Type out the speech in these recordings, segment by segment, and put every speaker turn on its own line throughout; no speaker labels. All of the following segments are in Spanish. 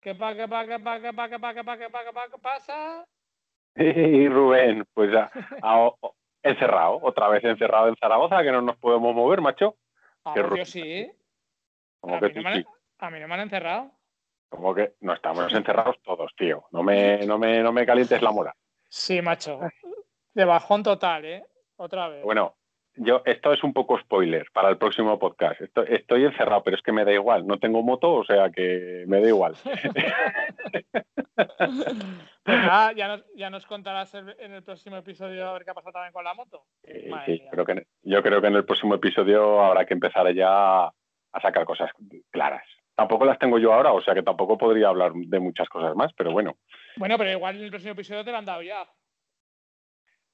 ¿Qué pasa? ¿Qué pasa? ¿Qué pasa? ¿Qué pasa? ¿Qué pasa? ¿Qué pasa? ¿Qué pasa? ¿Qué pasa?
Y Rubén, pues a- a- o- encerrado, otra vez encerrado en Zaragoza, que no nos podemos mover, macho.
Ah,
Qué
pues
ru-
yo sí.
Como
A
que
mí no
tú
me la-
sí,
A mí no me han encerrado.
como que no estamos encerrados todos, tío. No me, no me, no me calientes la mola.
Sí, macho. De bajón total, ¿eh? Otra vez.
Bueno, yo, esto es un poco spoiler para el próximo podcast. Esto- estoy encerrado, pero es que me da igual. No tengo moto, o sea que me da igual.
Pues nada, ya nos, ya nos contarás el- en el próximo episodio a ver qué ha pasado también con la moto.
Eh,
Madre
sí,
mía.
creo que, en- yo creo que en el próximo episodio habrá que empezar ya a sacar cosas claras. Tampoco las tengo yo ahora, o sea que tampoco podría hablar de muchas cosas más, pero bueno.
Bueno, pero igual en el próximo episodio te lo han dado ya.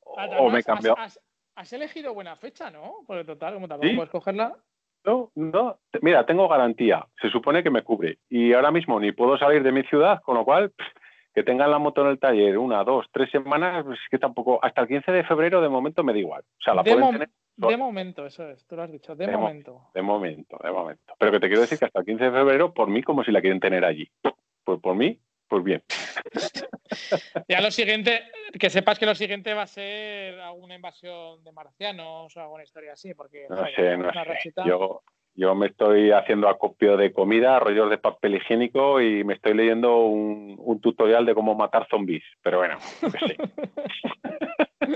O,
Ah,
me he
además, has-
cambiado.
Has, has elegido buena fecha, ¿no? Porque total, como tampoco
Sí.
puedes cogerla.
No, no. Te- Mira, tengo garantía. Se supone que me cubre. Y ahora mismo ni puedo salir de mi ciudad, con lo cual pff, que tengan la moto en el taller una, dos, tres semanas, pues es que tampoco. Hasta el 15 de febrero de momento me da igual. O sea, la
de,
pueden
mom-
tener
de momento, eso es. Tú lo has dicho, de,
De mo-
momento.
de momento, de momento. Pero que te quiero decir que hasta el 15 de febrero, por mí, como si la quieren tener allí. Pues por mí, pues bien.
Ya lo siguiente, que sepas que lo siguiente va a ser alguna invasión de marcianos o alguna historia así, porque
No
joder,
sé, no
una
sé.
rachita.
Yo, yo me estoy haciendo acopio de comida, rollos de papel higiénico y me estoy leyendo un, un tutorial de cómo matar zombies. Pero bueno, yo qué sé.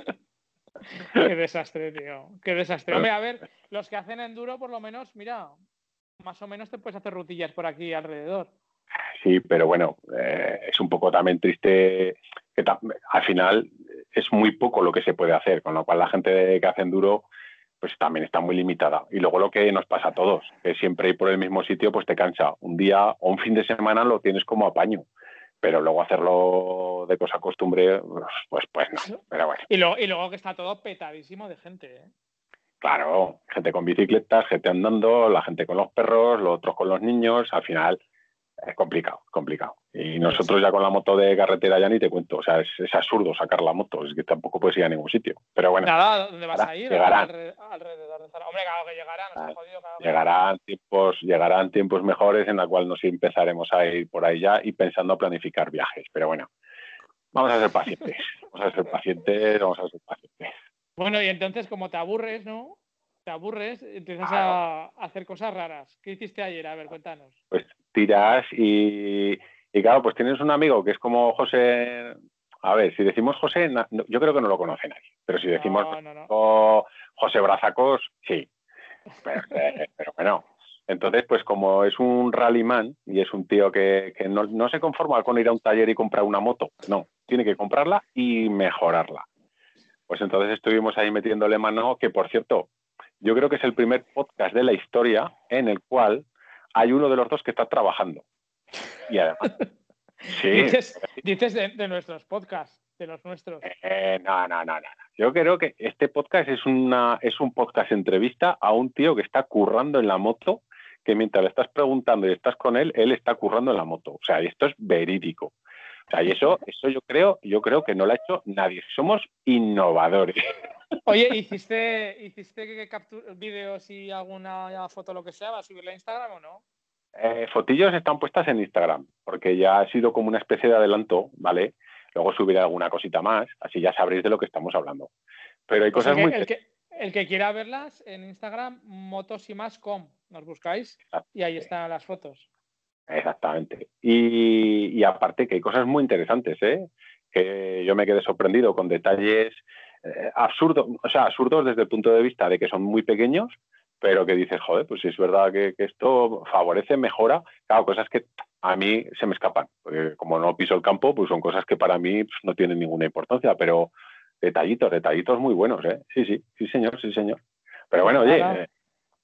Qué desastre, tío. Qué desastre. Hombre, a ver, los que hacen enduro, por lo menos, mira, más o menos te puedes hacer rutillas por aquí alrededor.
Sí, pero bueno, eh, es un poco también triste que ta- al final es muy poco lo que se puede hacer, con lo cual la gente que hace enduro pues también está muy limitada. Y luego lo que nos pasa a todos, que siempre ir por el mismo sitio pues te cansa. Un día o un fin de semana lo tienes como apaño, pero luego hacerlo de cosa costumbre, pues pues no. Pero bueno,
Y, lo- y luego que está todo petadísimo de gente, ¿eh?
claro, gente con bicicletas, gente andando, la gente con los perros, los otros con los niños, al final es complicado, complicado. Y nosotros ya con la moto de carretera ya ni te cuento, o sea, es, es absurdo sacar la moto, es que tampoco puedes ir a ningún sitio. Pero bueno,
Nada, ¿dónde vas
llegará,
a ir?
llegará.
Alre- Alrededor de Zara. Hombre, claro que llegarán, nos
Ah,
ha jodido. claro que
llegarán tiempos, llegarán tiempos mejores en la cual nos empezaremos a ir por ahí ya y pensando a planificar viajes. Pero bueno, vamos a ser pacientes, vamos a ser pacientes, vamos a ser pacientes.
Bueno, y entonces como te aburres, ¿no? Te aburres, empiezas a hacer cosas raras. ¿Qué hiciste ayer? A ver, cuéntanos.
tiras y, y claro, pues tienes un amigo que es como José, a ver, si decimos José, na- no- yo creo que no lo conoce nadie, pero si decimos
No, no, no.
o José Brazacos, sí. Pero, eh, pero bueno. Entonces, pues como es un rallyman y es un tío que, que no, no se conforma con ir a un taller y comprar una moto, no, tiene que comprarla y mejorarla. Pues entonces estuvimos ahí metiéndole mano, que por cierto, yo creo que es el primer podcast de la historia en el cual hay uno de los dos que está trabajando. Y además... Sí,
Dices, dices de, de nuestros podcasts, de los nuestros.
eh, no, no, no, no. no. Yo creo que este podcast es, una, es un podcast entrevista a un tío que está currando en la moto, que mientras le estás preguntando y estás con él, él está currando en la moto. O sea, y esto es verídico. O sea, y eso, eso yo creo, yo creo que no lo ha hecho nadie. Somos innovadores.
Oye, ¿hiciste, hiciste que, que captu- vídeos y alguna foto, lo que sea, para subirla a Instagram o no?
Eh, fotillos están puestas en Instagram, porque ya ha sido como una especie de adelanto, ¿vale? Luego subiré alguna cosita más, así ya sabréis de lo que estamos hablando. Pero hay
Pues el
cosas
que-
muy...
el, que, el que quiera verlas en Instagram, motos y más com, nos buscáis y ahí están las fotos.
Exactamente. Y, y aparte que hay cosas muy interesantes, ¿eh? que yo me quedé sorprendido con detalles eh, absurdos, o sea, absurdos desde el punto de vista de que son muy pequeños, pero que dices, joder, pues si es verdad que, que esto favorece, mejora, claro, cosas que a mí se me escapan, porque como no piso el campo, pues son cosas que para mí pues, no tienen ninguna importancia, pero detallitos, detallitos muy buenos, ¿eh? Sí, sí, sí, señor, sí, señor. Pero bueno, oye,
Ahora-
eh,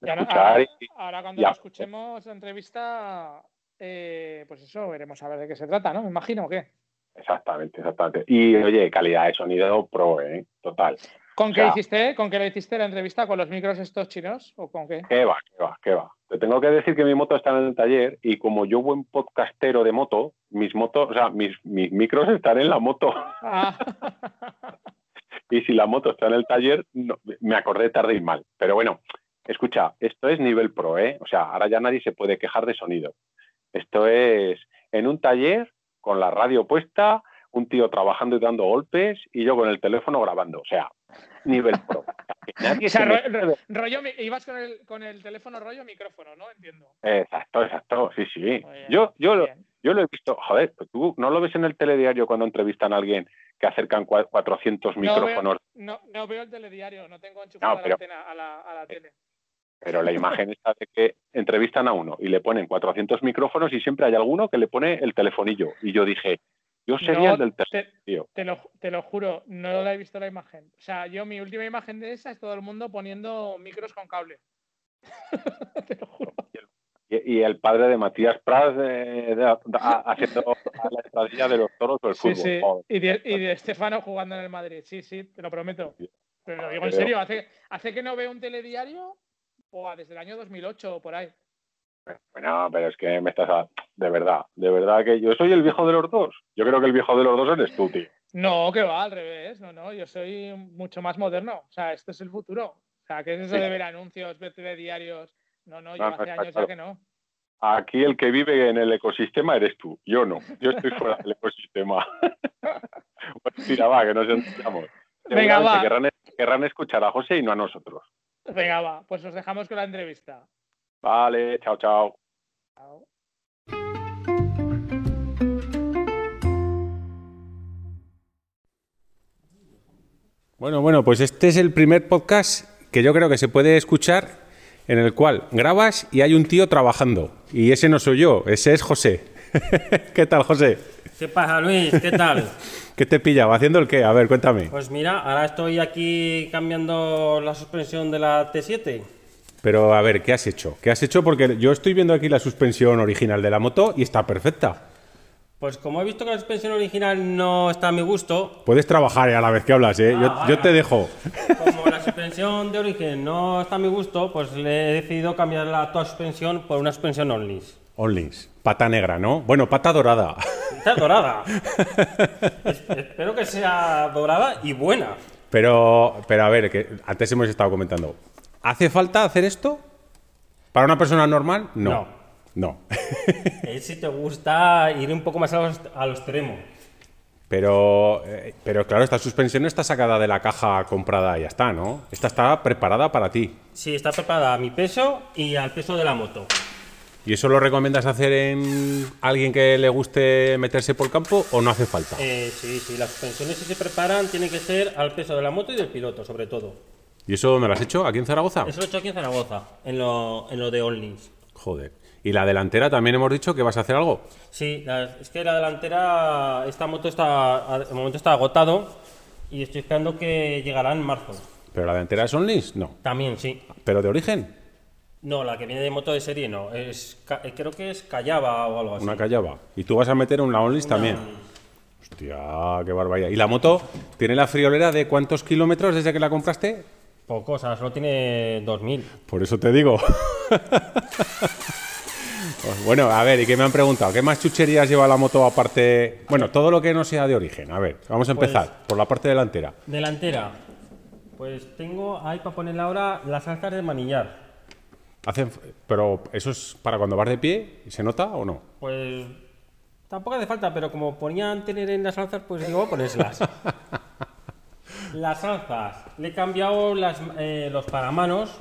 Ya no-
escuchar
ahora,
y-
ahora cuando
ya.
lo escuchemos la entrevista, eh, pues eso, veremos a ver de qué se trata, ¿no? Me imagino ¿o qué.
Exactamente, exactamente. Y oye, calidad de sonido pro, ¿eh? Total.
¿Con
O
qué
sea-
hiciste? ¿Con qué le hiciste la entrevista? ¿Con los micros estos chinos? ¿O con qué?
¿Qué va, qué va, qué va? Te tengo que decir que mi moto está en el taller y como yo buen podcastero de moto, mis motos, o sea, mis, mis micros están en la moto.
Ah,
Y si la moto está en el taller, no- me acordé tarde y mal. Pero bueno, escucha, esto es nivel pro, ¿eh? O sea, ahora ya nadie se puede quejar de sonido. Esto es, en un taller con la radio puesta, un tío trabajando y dando golpes y yo con el teléfono grabando. O sea, nivel pro.
O sea, ro- ro- rollo, mi- ibas con el, con el teléfono rollo micrófono, ¿no? Entiendo.
Exacto, exacto, sí, sí.
Muy bien,
Yo, yo,
muy
lo-
bien.
yo lo he visto, joder, pues tú no lo ves en el telediario cuando entrevistan a alguien que acercan cua- 400
veo-
micrófonos,
No, no veo el telediario, no tengo enchufada
No, pero-
la antena a la, a la tele.
pero la imagen está de que entrevistan a uno y le ponen 400 micrófonos y siempre hay alguno que le pone el telefonillo. Y yo dije, yo sería
No,
el del tercer
Te,
tío.
te lo, te lo juro, no la he visto la imagen. O sea, yo mi última imagen de esa es todo el mundo poniendo micros con cable. te lo juro.
Y, y el padre de Matías Prats eh, de- a- haciendo la estadilla de los toros del
Sí,
fútbol.
sí.
Joder,
Y de, y de Estefano jugando en el Madrid. Sí, sí, te lo prometo. Pero lo digo en
Pero-
serio, hace, hace que no veo un telediario o desde el año 2008 o por ahí.
bueno, pero es que me estás... a- De verdad, de verdad que yo soy el viejo de los dos. Yo creo que el viejo de los dos eres tú, tío.
No, que va, al revés. No, no, yo soy mucho más moderno. O sea, esto es el futuro. O sea, ¿qué es eso
Sí.
de ver anuncios, ver telediarios? No, no, yo
No, no,
hace
está
años ya
claro.
que no.
Aquí el que vive en el ecosistema eres tú, yo no. Yo estoy fuera del ecosistema. Bueno, tira, va, que nos enteramos.
Venga, va.
Querrán, querrán escuchar a José y no a nosotros.
Venga, va, pues nos dejamos con la entrevista.
Vale, chao, chao.
Chao.
Bueno, bueno, pues este es el primer podcast que yo creo que se puede escuchar en el cual grabas y hay un tío trabajando. Y ese no soy yo, ese es José. ¿Qué tal, José?
¿Qué pasa, Luis? ¿Qué tal?
¿Qué te pillaba? ¿Haciendo el qué? A ver, cuéntame.
Pues mira, ahora estoy aquí cambiando la suspensión de la T7.
Pero a ver, ¿qué has hecho? ¿Qué has hecho? Porque yo estoy viendo aquí la suspensión original de la moto y está perfecta.
Pues como he visto que la suspensión original no está a mi gusto,
Puedes trabajar eh, a la vez que hablas, ¿eh? Yo,
Ah,
yo
vale.
te dejo.
como la suspensión de origen no está a mi gusto, pues le he decidido cambiar la actual suspensión por una suspensión only.
Onlys. Pata negra, ¿no? Bueno, pata dorada.
Está dorada. Es- espero que sea dorada y buena.
Pero, pero a ver, que antes hemos estado comentando. ¿Hace falta hacer esto? ¿Para una persona normal? No. No.
Es si te gusta ir un poco más a los- al extremo.
pero, eh, pero claro, esta suspensión no está sacada de la caja comprada y ya está, ¿no? Esta está preparada para ti.
Sí, está preparada a mi peso y al peso de la moto.
¿Y eso lo recomiendas hacer en alguien que le guste meterse por el campo o no hace falta?
Eh, sí, sí, las suspensiones si se preparan tienen que ser al peso de la moto y del piloto, sobre todo.
¿Y eso me lo has hecho aquí en Zaragoza?
Eso lo he hecho aquí en Zaragoza, en lo, en lo de Onlys.
Joder. ¿Y la delantera también hemos dicho que vas a hacer algo?
Sí, la- es que la delantera, esta moto está, de momento está agotado y estoy esperando que llegará en marzo.
¿Pero la delantera es Onlys? No.
También, sí.
¿Pero de origen?
No, la que viene de moto de serie no, es, ca- eh, creo que es Callaba o algo así.
Una callaba. Y tú vas a meter una onlist también. Hostia, qué barbaridad. ¿Y la moto tiene la friolera de cuántos kilómetros desde que la compraste?
Poco, o sea, solo tiene 2000.
Por eso te digo. Pues bueno, a ver, ¿y qué me han preguntado? ¿Qué más chucherías lleva la moto aparte? Bueno, todo lo que no sea de origen. A ver, vamos a
Pues-
empezar por la parte delantera.
Delantera, pues tengo ahí para poner ahora las alzas de manillar.
Hacen, pero eso es para cuando vas de pie, ¿se nota o no?
Pues tampoco hace falta, pero como ponían tener en las alzas, pues digo, voy a ponérselas. las alzas. Le he cambiado las, eh, los paramanos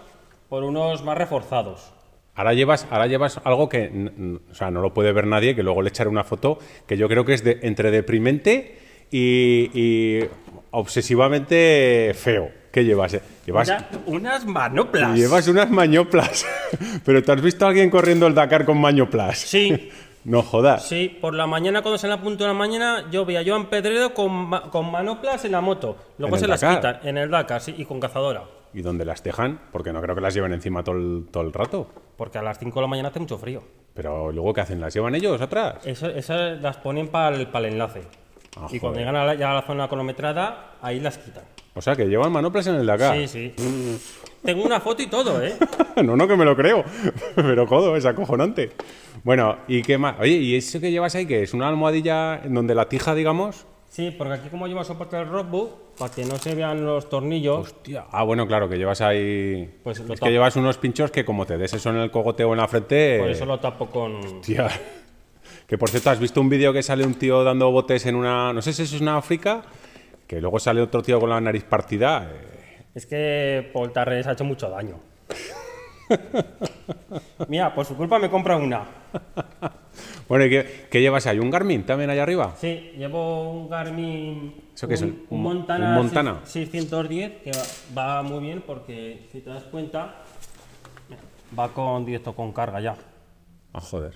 por unos más reforzados.
Ahora llevas, ahora llevas algo que n- n- o sea, no lo puede ver nadie, que luego le echaré una foto, que yo creo que es de- entre deprimente y, y obsesivamente feo. ¿Qué llevas? eh? Llevas,
Mira, unas manoplas.
llevas unas mañoplas. Pero ¿te has visto a alguien corriendo el Dakar con mañoplas?
Sí,
No jodas.
sí. Por la mañana, cuando se la punto de la mañana, yo veía a Joan Pedrero con, ma- con manoplas en la moto. Luego
¿En
se
el
las
Dakar?
quitan en el Dakar, sí, y con cazadora.
¿Y dónde las dejan? Porque no creo que las lleven encima todo el, todo el rato.
Porque a las 5 de la mañana hace mucho frío.
Pero luego, ¿qué hacen? ¿Las llevan ellos atrás?
Eso- Esas las ponen para el, enlace.
Ah,
y cuando
joder.
llegan a la, ya a la zona cronometrada, ahí las quitan.
O sea, que llevan manoplas en el Dakar.
Sí, sí. Tengo una foto y todo, ¿eh?
no, no, que me lo creo. Pero jodo, es acojonante. Bueno, ¿y qué más? Oye, ¿y eso que llevas ahí que es una almohadilla en donde la tija, digamos?
Sí, porque aquí como lleva soporte del rockbook, para que no se vean los tornillos,
Hostia. Ah, bueno, claro, que llevas ahí.
Pues lo
es
tapo.
que llevas
Pues
unos pinchos que como te des eso en el cogoteo en la frente.
por eso lo tapo con...
Hostia. Que por cierto, ¿has visto un vídeo que sale un tío dando botes en una. No sé si eso es una África, que luego sale otro tío con la nariz partida. eh,
Es que Paul Tarrés ha hecho mucho daño. Mira, por su culpa me compra una.
Bueno, ¿y qué, qué llevas ahí? ¿Un Garmin también allá arriba?
Sí, llevo un Garmin.
¿Eso qué es?
Un,
¿Un-
un Montana,
un Montana?
610 que va- va muy bien porque si te das cuenta, va con directo con carga ya.
Ah, joder.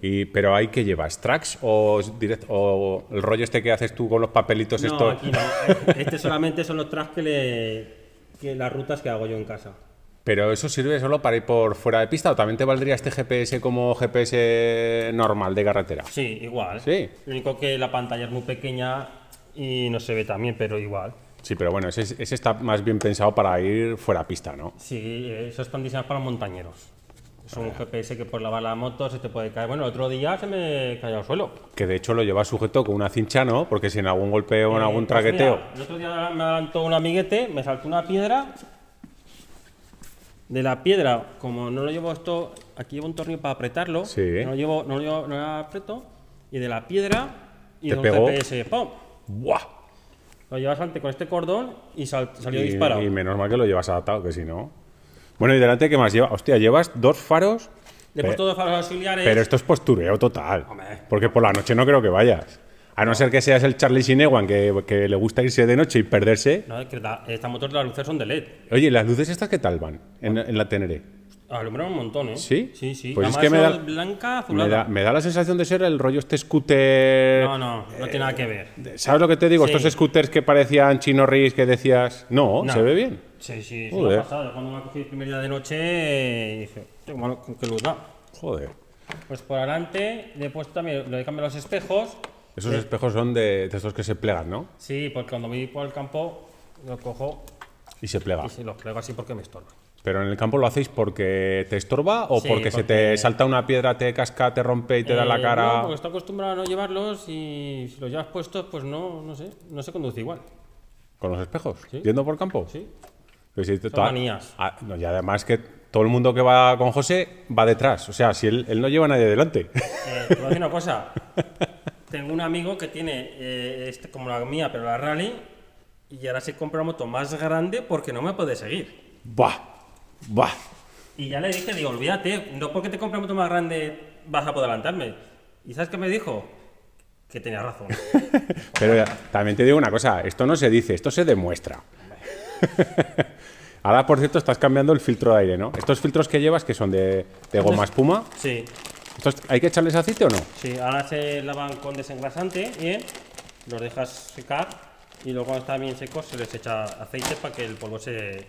Y, ¿Pero ahí que llevas? ¿Tracks o, es direct- o el rollo este que haces tú con los papelitos
no,
estos?
aquí no. Este solamente son los tracks que le. que las rutas que hago yo en casa.
¿Pero eso sirve solo para ir por fuera de pista o también te valdría este GPS como GPS normal de carretera?
Sí, igual.
Sí.
Lo único que la pantalla es muy pequeña y no se ve también, pero igual.
Sí, pero bueno, ese, ese está más bien pensado para ir fuera pista, ¿no?
Sí, eh, esos están diseñados para montañeros. Es un GPS que por lavar la moto se te puede caer. Bueno, el otro día se me cayó al suelo.
Que de hecho lo lleva sujeto con una cincha, ¿no? Porque si en algún golpe o en
Eh,
algún
pues
traqueteo.
mira, el otro día me adelantó un amiguete, me saltó una piedra. De la piedra, como no lo llevo esto, aquí llevo un tornillo para apretarlo.
Sí.
No lo llevo, no lo, llevo- no lo aprieto. Y de la piedra y
Te
de un
pegó.
GPS, ¡pum!
¡Buah!
Lo llevas ante con este cordón y sal- salió
Y,
disparado.
y menos mal que lo llevas adaptado, que si no. Bueno, y delante, ¿qué más lleva? Hostia, llevas dos faros.
Le he
pe-
puesto dos faros auxiliares.
Pero esto es postureo total.
Hombre.
Porque por la noche no creo que vayas. A no ser que seas el Charlie Sinewan, que, que le gusta irse de noche y perderse.
No, es que la- esta moto las luces son de LED.
Oye, ¿las luces estas qué tal van en, en la Teneré?
Alumbran un montón, ¿eh?
¿Sí?
Sí, sí.
Pues es
Además
que me da-
son blanca,
Me
azulada.
da, me da la sensación de ser el rollo este scooter...
No, no, no tiene nada que ver.
de- ¿Sabes lo que te digo?
Sí.
Estos scooters que parecían Chino Riz, que decías... No,
No.
se ve bien.
Sí, sí, es
Joder.
una pasada. Cuando me ha cogido el primer día de noche, eh, dije, "Tío, bueno, ¿con qué luz da?
Joder.
Pues por adelante le he puesto también, le he cambiado los espejos.
Esos espejos son de, de estos que se plegan, ¿no?
Sí, porque cuando voy por el campo, lo cojo
Y se plega.
y se los plego así porque me estorba.
Pero en el campo lo hacéis porque te estorba o
Sí,
porque, se te
porque-
salta una piedra, te casca, te rompe y te da
Eh,
la cara...
No, porque estoy acostumbrado a no llevarlos y si los llevas puestos, pues no, no sé, no se conduce igual.
¿Con los espejos?
Sí.
¿Yendo por campo?
Sí.
Pero si te-
Son manías.
Ah, no, y además que todo el mundo que va con José va detrás. O sea, si él, él no lleva a nadie delante.
Eh, te voy a decir una cosa. Tengo un amigo que tiene, eh, este, como la mía, pero la rally, y ahora se compra una moto más grande porque no me puede seguir.
¡Buah! ¡Buah!
Y ya le dije, digo, olvídate, no porque te compre una moto más grande vas a poder adelantarme. ¿Y sabes qué me dijo? Que tenía razón.
Pero ya- también te digo una cosa, esto no se dice, esto se demuestra. Ahora, por cierto, estás cambiando el filtro de aire, ¿no? Estos filtros que llevas, que son de, de goma espuma,
Sí,
¿estos ¿hay que echarles aceite o no?
sí, ahora se lavan con desengrasante, bien, los dejas secar y luego cuando están bien secos se les echa aceite para que el polvo se,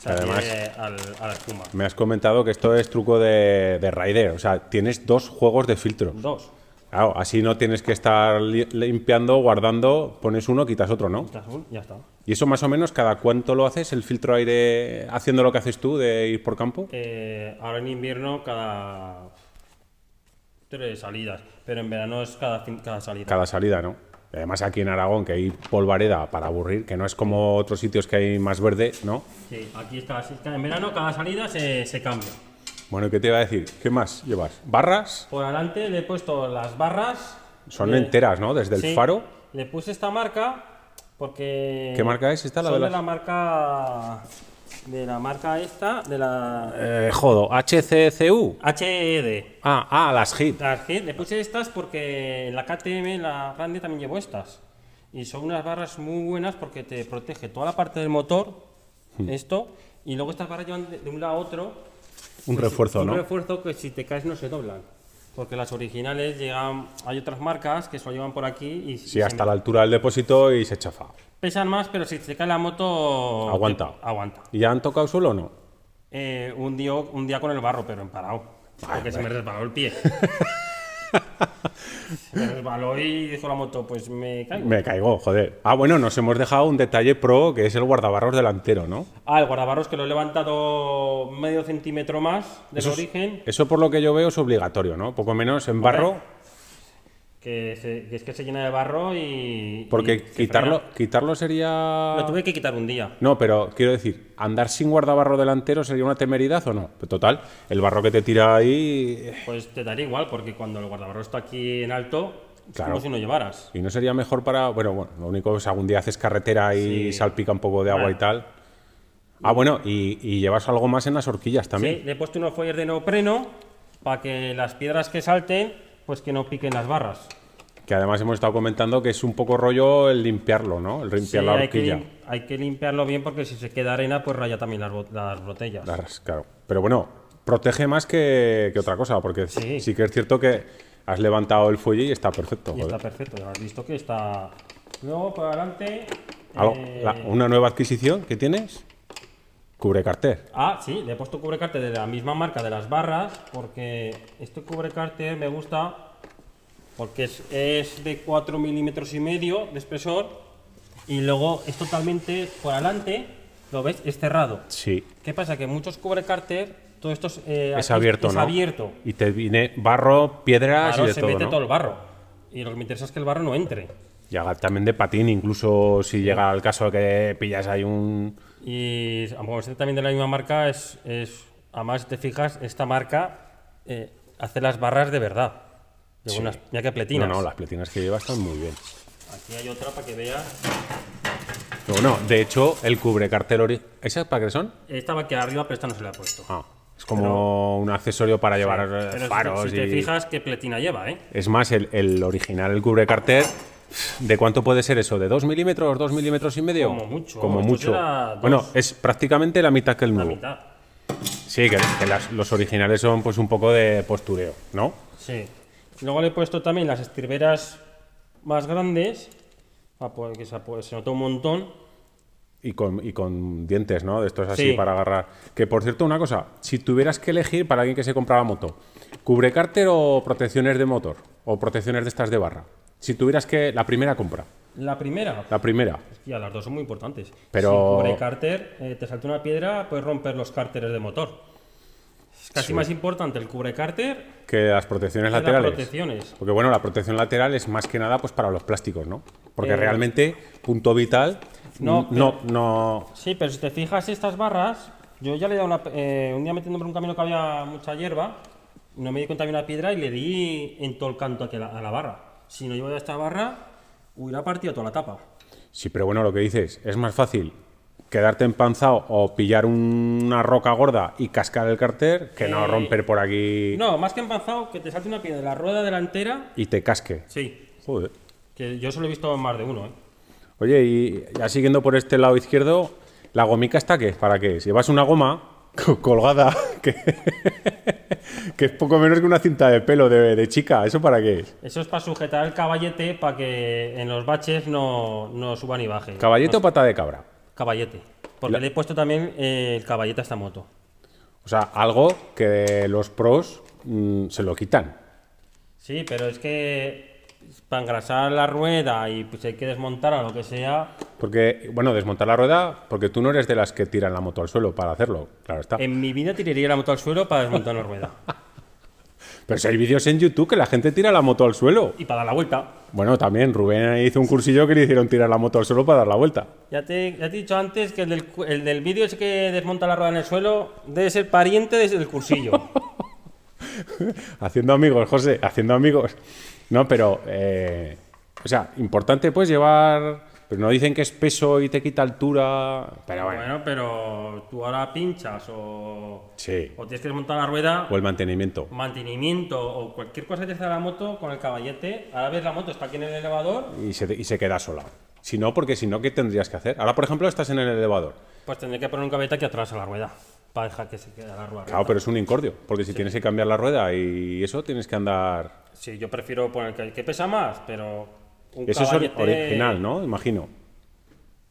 se
Además-
adhiere al- a la espuma.
Me has comentado que esto es truco de, de rider, o sea, tienes dos juegos de filtros.
Dos.
Claro, así no tienes que estar li- limpiando, guardando, pones uno, quitas otro, ¿no?
Quitas un- Ya está.
Y eso más o menos, ¿cada cuánto lo haces el filtro aire haciendo lo que haces tú de ir por campo?
Eh, ahora en invierno cada tres salidas, pero en verano es cada, fin- cada salida.
Cada salida, ¿no? Y Además aquí en Aragón, que hay polvareda para aburrir, que no es como otros sitios que hay más verde, ¿no?
Sí, aquí es cada, si- en verano cada salida se, se cambia.
Bueno, ¿qué te iba a decir? ¿Qué más llevas? ¿Barras?
Por adelante le he puesto las barras.
Son
Le-
enteras, ¿no? Desde el
sí,
faro.
Le puse esta marca porque.
¿Qué marca es esta, la
son
de
de,
las-
la marca. De la marca esta, de la
Eh, jodo, HCCU.
HED.
Ah, ah, las HIT.
Las que- le puse estas porque la KTM, la grande, también llevo estas. Y son unas barras muy buenas porque te protege toda la parte del motor,
Hmm.
esto, y luego estas barras llevan de, de un lado a otro.
Un
pues,
refuerzo,
Un
¿no?
refuerzo que si te caes no se doblan. Porque las originales llegan. Hay otras marcas que se lo llevan por aquí y.
Sí,
y
hasta
se-
la altura del depósito y se chafa.
Pesan más, pero si te cae la moto.
Aguanta.
te- aguanta.
¿Y ya han tocado suelo o no?
Eh, un, día, un día con el barro, pero en parado. porque se me resbaló el pie. se me resbaló y dijo la moto, pues me caigo.
Me caigo, joder. Ah, bueno, nos hemos dejado un detalle pro que es el guardabarros delantero, ¿no?
Ah, el guardabarros que lo he levantado medio centímetro más del
Eso es-
origen.
Eso por lo que yo veo es obligatorio, ¿no? Poco menos en barro.
que, se- que es que se llena de barro y. y
Porque
se
quitarlo,
frena.
quitarlo sería.
Lo tuve que quitar un día.
No, pero quiero decir, andar sin guardabarro delantero sería una temeridad o no. Pero total, el barro que te tira ahí.
Pues te daría igual, porque cuando el guardabarro está aquí en alto, es
Claro.
como si no llevaras.
Y no sería mejor para. Bueno, bueno, lo único es algún día haces carretera y
Sí.
salpica un poco de agua
Bueno.
y tal. Ah, bueno, y, y llevas algo más en las horquillas
Sí,
también.
le he puesto unos follers de neopreno para que las piedras que salten, pues que no piquen las barras.
Que además hemos estado comentando que es un poco rollo el limpiarlo, ¿no? El limpiar
Sí,
la
hay, que
horquilla.
lim- hay que limpiarlo bien porque si se queda arena, pues raya también las, bot- las botellas.
Las- claro. Pero bueno, protege más que, que otra cosa, porque sí.
Sí.
que es cierto que has levantado el fuelle y está perfecto.
Y
joder.
está perfecto, ya has visto que está. Luego, para adelante.
Algo-
eh,
la- ¿Una nueva adquisición que tienes? Cubre carter.
Ah, sí, le he puesto cubrecárter de la misma marca de las barras, porque este cubrecárter me gusta porque es, es de 4 milímetros y medio de espesor y luego es totalmente por adelante, lo ves, es cerrado.
Sí.
¿Qué pasa? Que muchos cubrecárter, todo esto es, eh,
Es
aquí
abierto,
es
¿no?
abierto.
Y te viene barro, piedras
Claro,
y de
se
todo,
mete
¿no?
todo el barro. Y lo que me interesa es que el barro no entre.
Y haga también de patín, incluso si llega al caso de que pillas ahí un...
Y como este también de la misma marca, es, es además, si te fijas, esta marca eh, hace las barras de verdad. De
Sí.
unas, mira que pletinas.
No, no, las pletinas que lleva están muy bien.
Aquí hay otra para que veas.
No, no, de hecho, el cubre cartel... ori- ¿Esas para qué son?
Esta va aquí arriba, pero esta no se la he puesto.
Ah, es como un accesorio para llevar eh,
Pero si-
faros
si, te
y-
fijas, qué pletina lleva, ¿eh?
Es más, el, el original, el cubre carter... ¿De cuánto puede ser eso? ¿De 2 milímetros? ¿2 milímetros y medio?
Como mucho.
Como
Esto
mucho.
será dos.
Bueno, es prácticamente la mitad que el
La
nuevo.
mitad.
Sí, que, que las- los originales son pues un poco de postureo, ¿no?
Sí. Luego le he puesto también las estriberas más grandes, pa- porque se, apo- se notó un montón.
Y con, y con dientes, ¿no? De estos así
Sí.
para agarrar. Que por cierto, una cosa, si tuvieras que elegir para alguien que se compraba moto, ¿cubre cárter o protecciones de motor? ¿O protecciones de estas de barra? Si tuvieras que. La primera compra.
La primera,
La primera.
Hostia, las dos son muy importantes.
Pero-
Sin cubre cárter, eh, te salta una piedra, puedes romper los cárteres de motor. Es casi
Sí.
más importante el cubre cárter
Que las protecciones
que las
laterales.
protecciones.
Porque bueno, la protección lateral es más que nada pues para los plásticos, ¿no? Porque
Eh,
realmente, punto vital.
no,
no, no.
Sí, pero si te fijas estas barras, yo ya le he dado una... eh, un día metiéndome por un camino que había mucha hierba, no me di cuenta de una piedra y le di en todo el canto a que la- a la barra. Si no llevaba esta barra, hubiera partido toda la tapa.
Sí, pero bueno, lo que dices, es más fácil quedarte empanzado o pillar un- una roca gorda y cascar el cárter que no
Eh,
romper por aquí
No, más que empanzado, que te salte una piedra de la rueda delantera.
y te casque.
Sí,
Joder.
que yo se lo he visto en más de uno, ¿eh?
Oye, y ya siguiendo por este lado izquierdo, ¿la gomica está qué? ¿Para qué? es? Llevas una goma co- colgada que, que es poco menos que una cinta de pelo de, de chica. ¿Eso para qué es?
Eso es para sujetar el caballete para que en los baches no, no suba ni baje.
¿Caballete o pata de cabra?
Caballete. Porque
La-
le he puesto también eh, el caballete a esta moto.
O sea, algo que los pros mm, se lo quitan.
Sí, pero es que para engrasar la rueda y pues hay que desmontar o lo que sea,
Porque, bueno, desmontar la rueda, porque tú no eres de las que tiran la moto al suelo para hacerlo, claro está.
en mi vida tiraría la moto al suelo para desmontar una rueda.
Pero si hay vídeos en YouTube que la gente tira la moto al suelo.
Y para dar la vuelta.
Bueno, también Rubén hizo un cursillo que le hicieron tirar la moto al suelo para dar la vuelta.
Ya te, ya te he dicho antes que el del, cu- el del vídeo ese que desmonta la rueda en el suelo debe ser pariente desde el cursillo.
Haciendo amigos, José, haciendo amigos. No, pero, eh, o sea, importante pues llevar... Pero no dicen que es peso y te quita altura. Pero bueno,
bueno, pero tú ahora pinchas o,
sí.
o tienes que desmontar la rueda
O el mantenimiento.
mantenimiento o cualquier cosa que te hace la moto con el caballete, ahora ves la moto, está aquí en el elevador,
Y se, y se queda sola. Si no, porque si no, ¿qué tendrías que hacer? Ahora, por ejemplo, estás en el elevador.
pues tendré que poner un caballete aquí atrás a la rueda, para dejar que se quede la rueda.
Claro, pero es un incordio, porque si tienes que cambiar la rueda y eso, tienes que andar...
Sí, yo prefiero poner que, que pesa más, pero un
Eso es ori-
caballete-
original, ¿no? Imagino.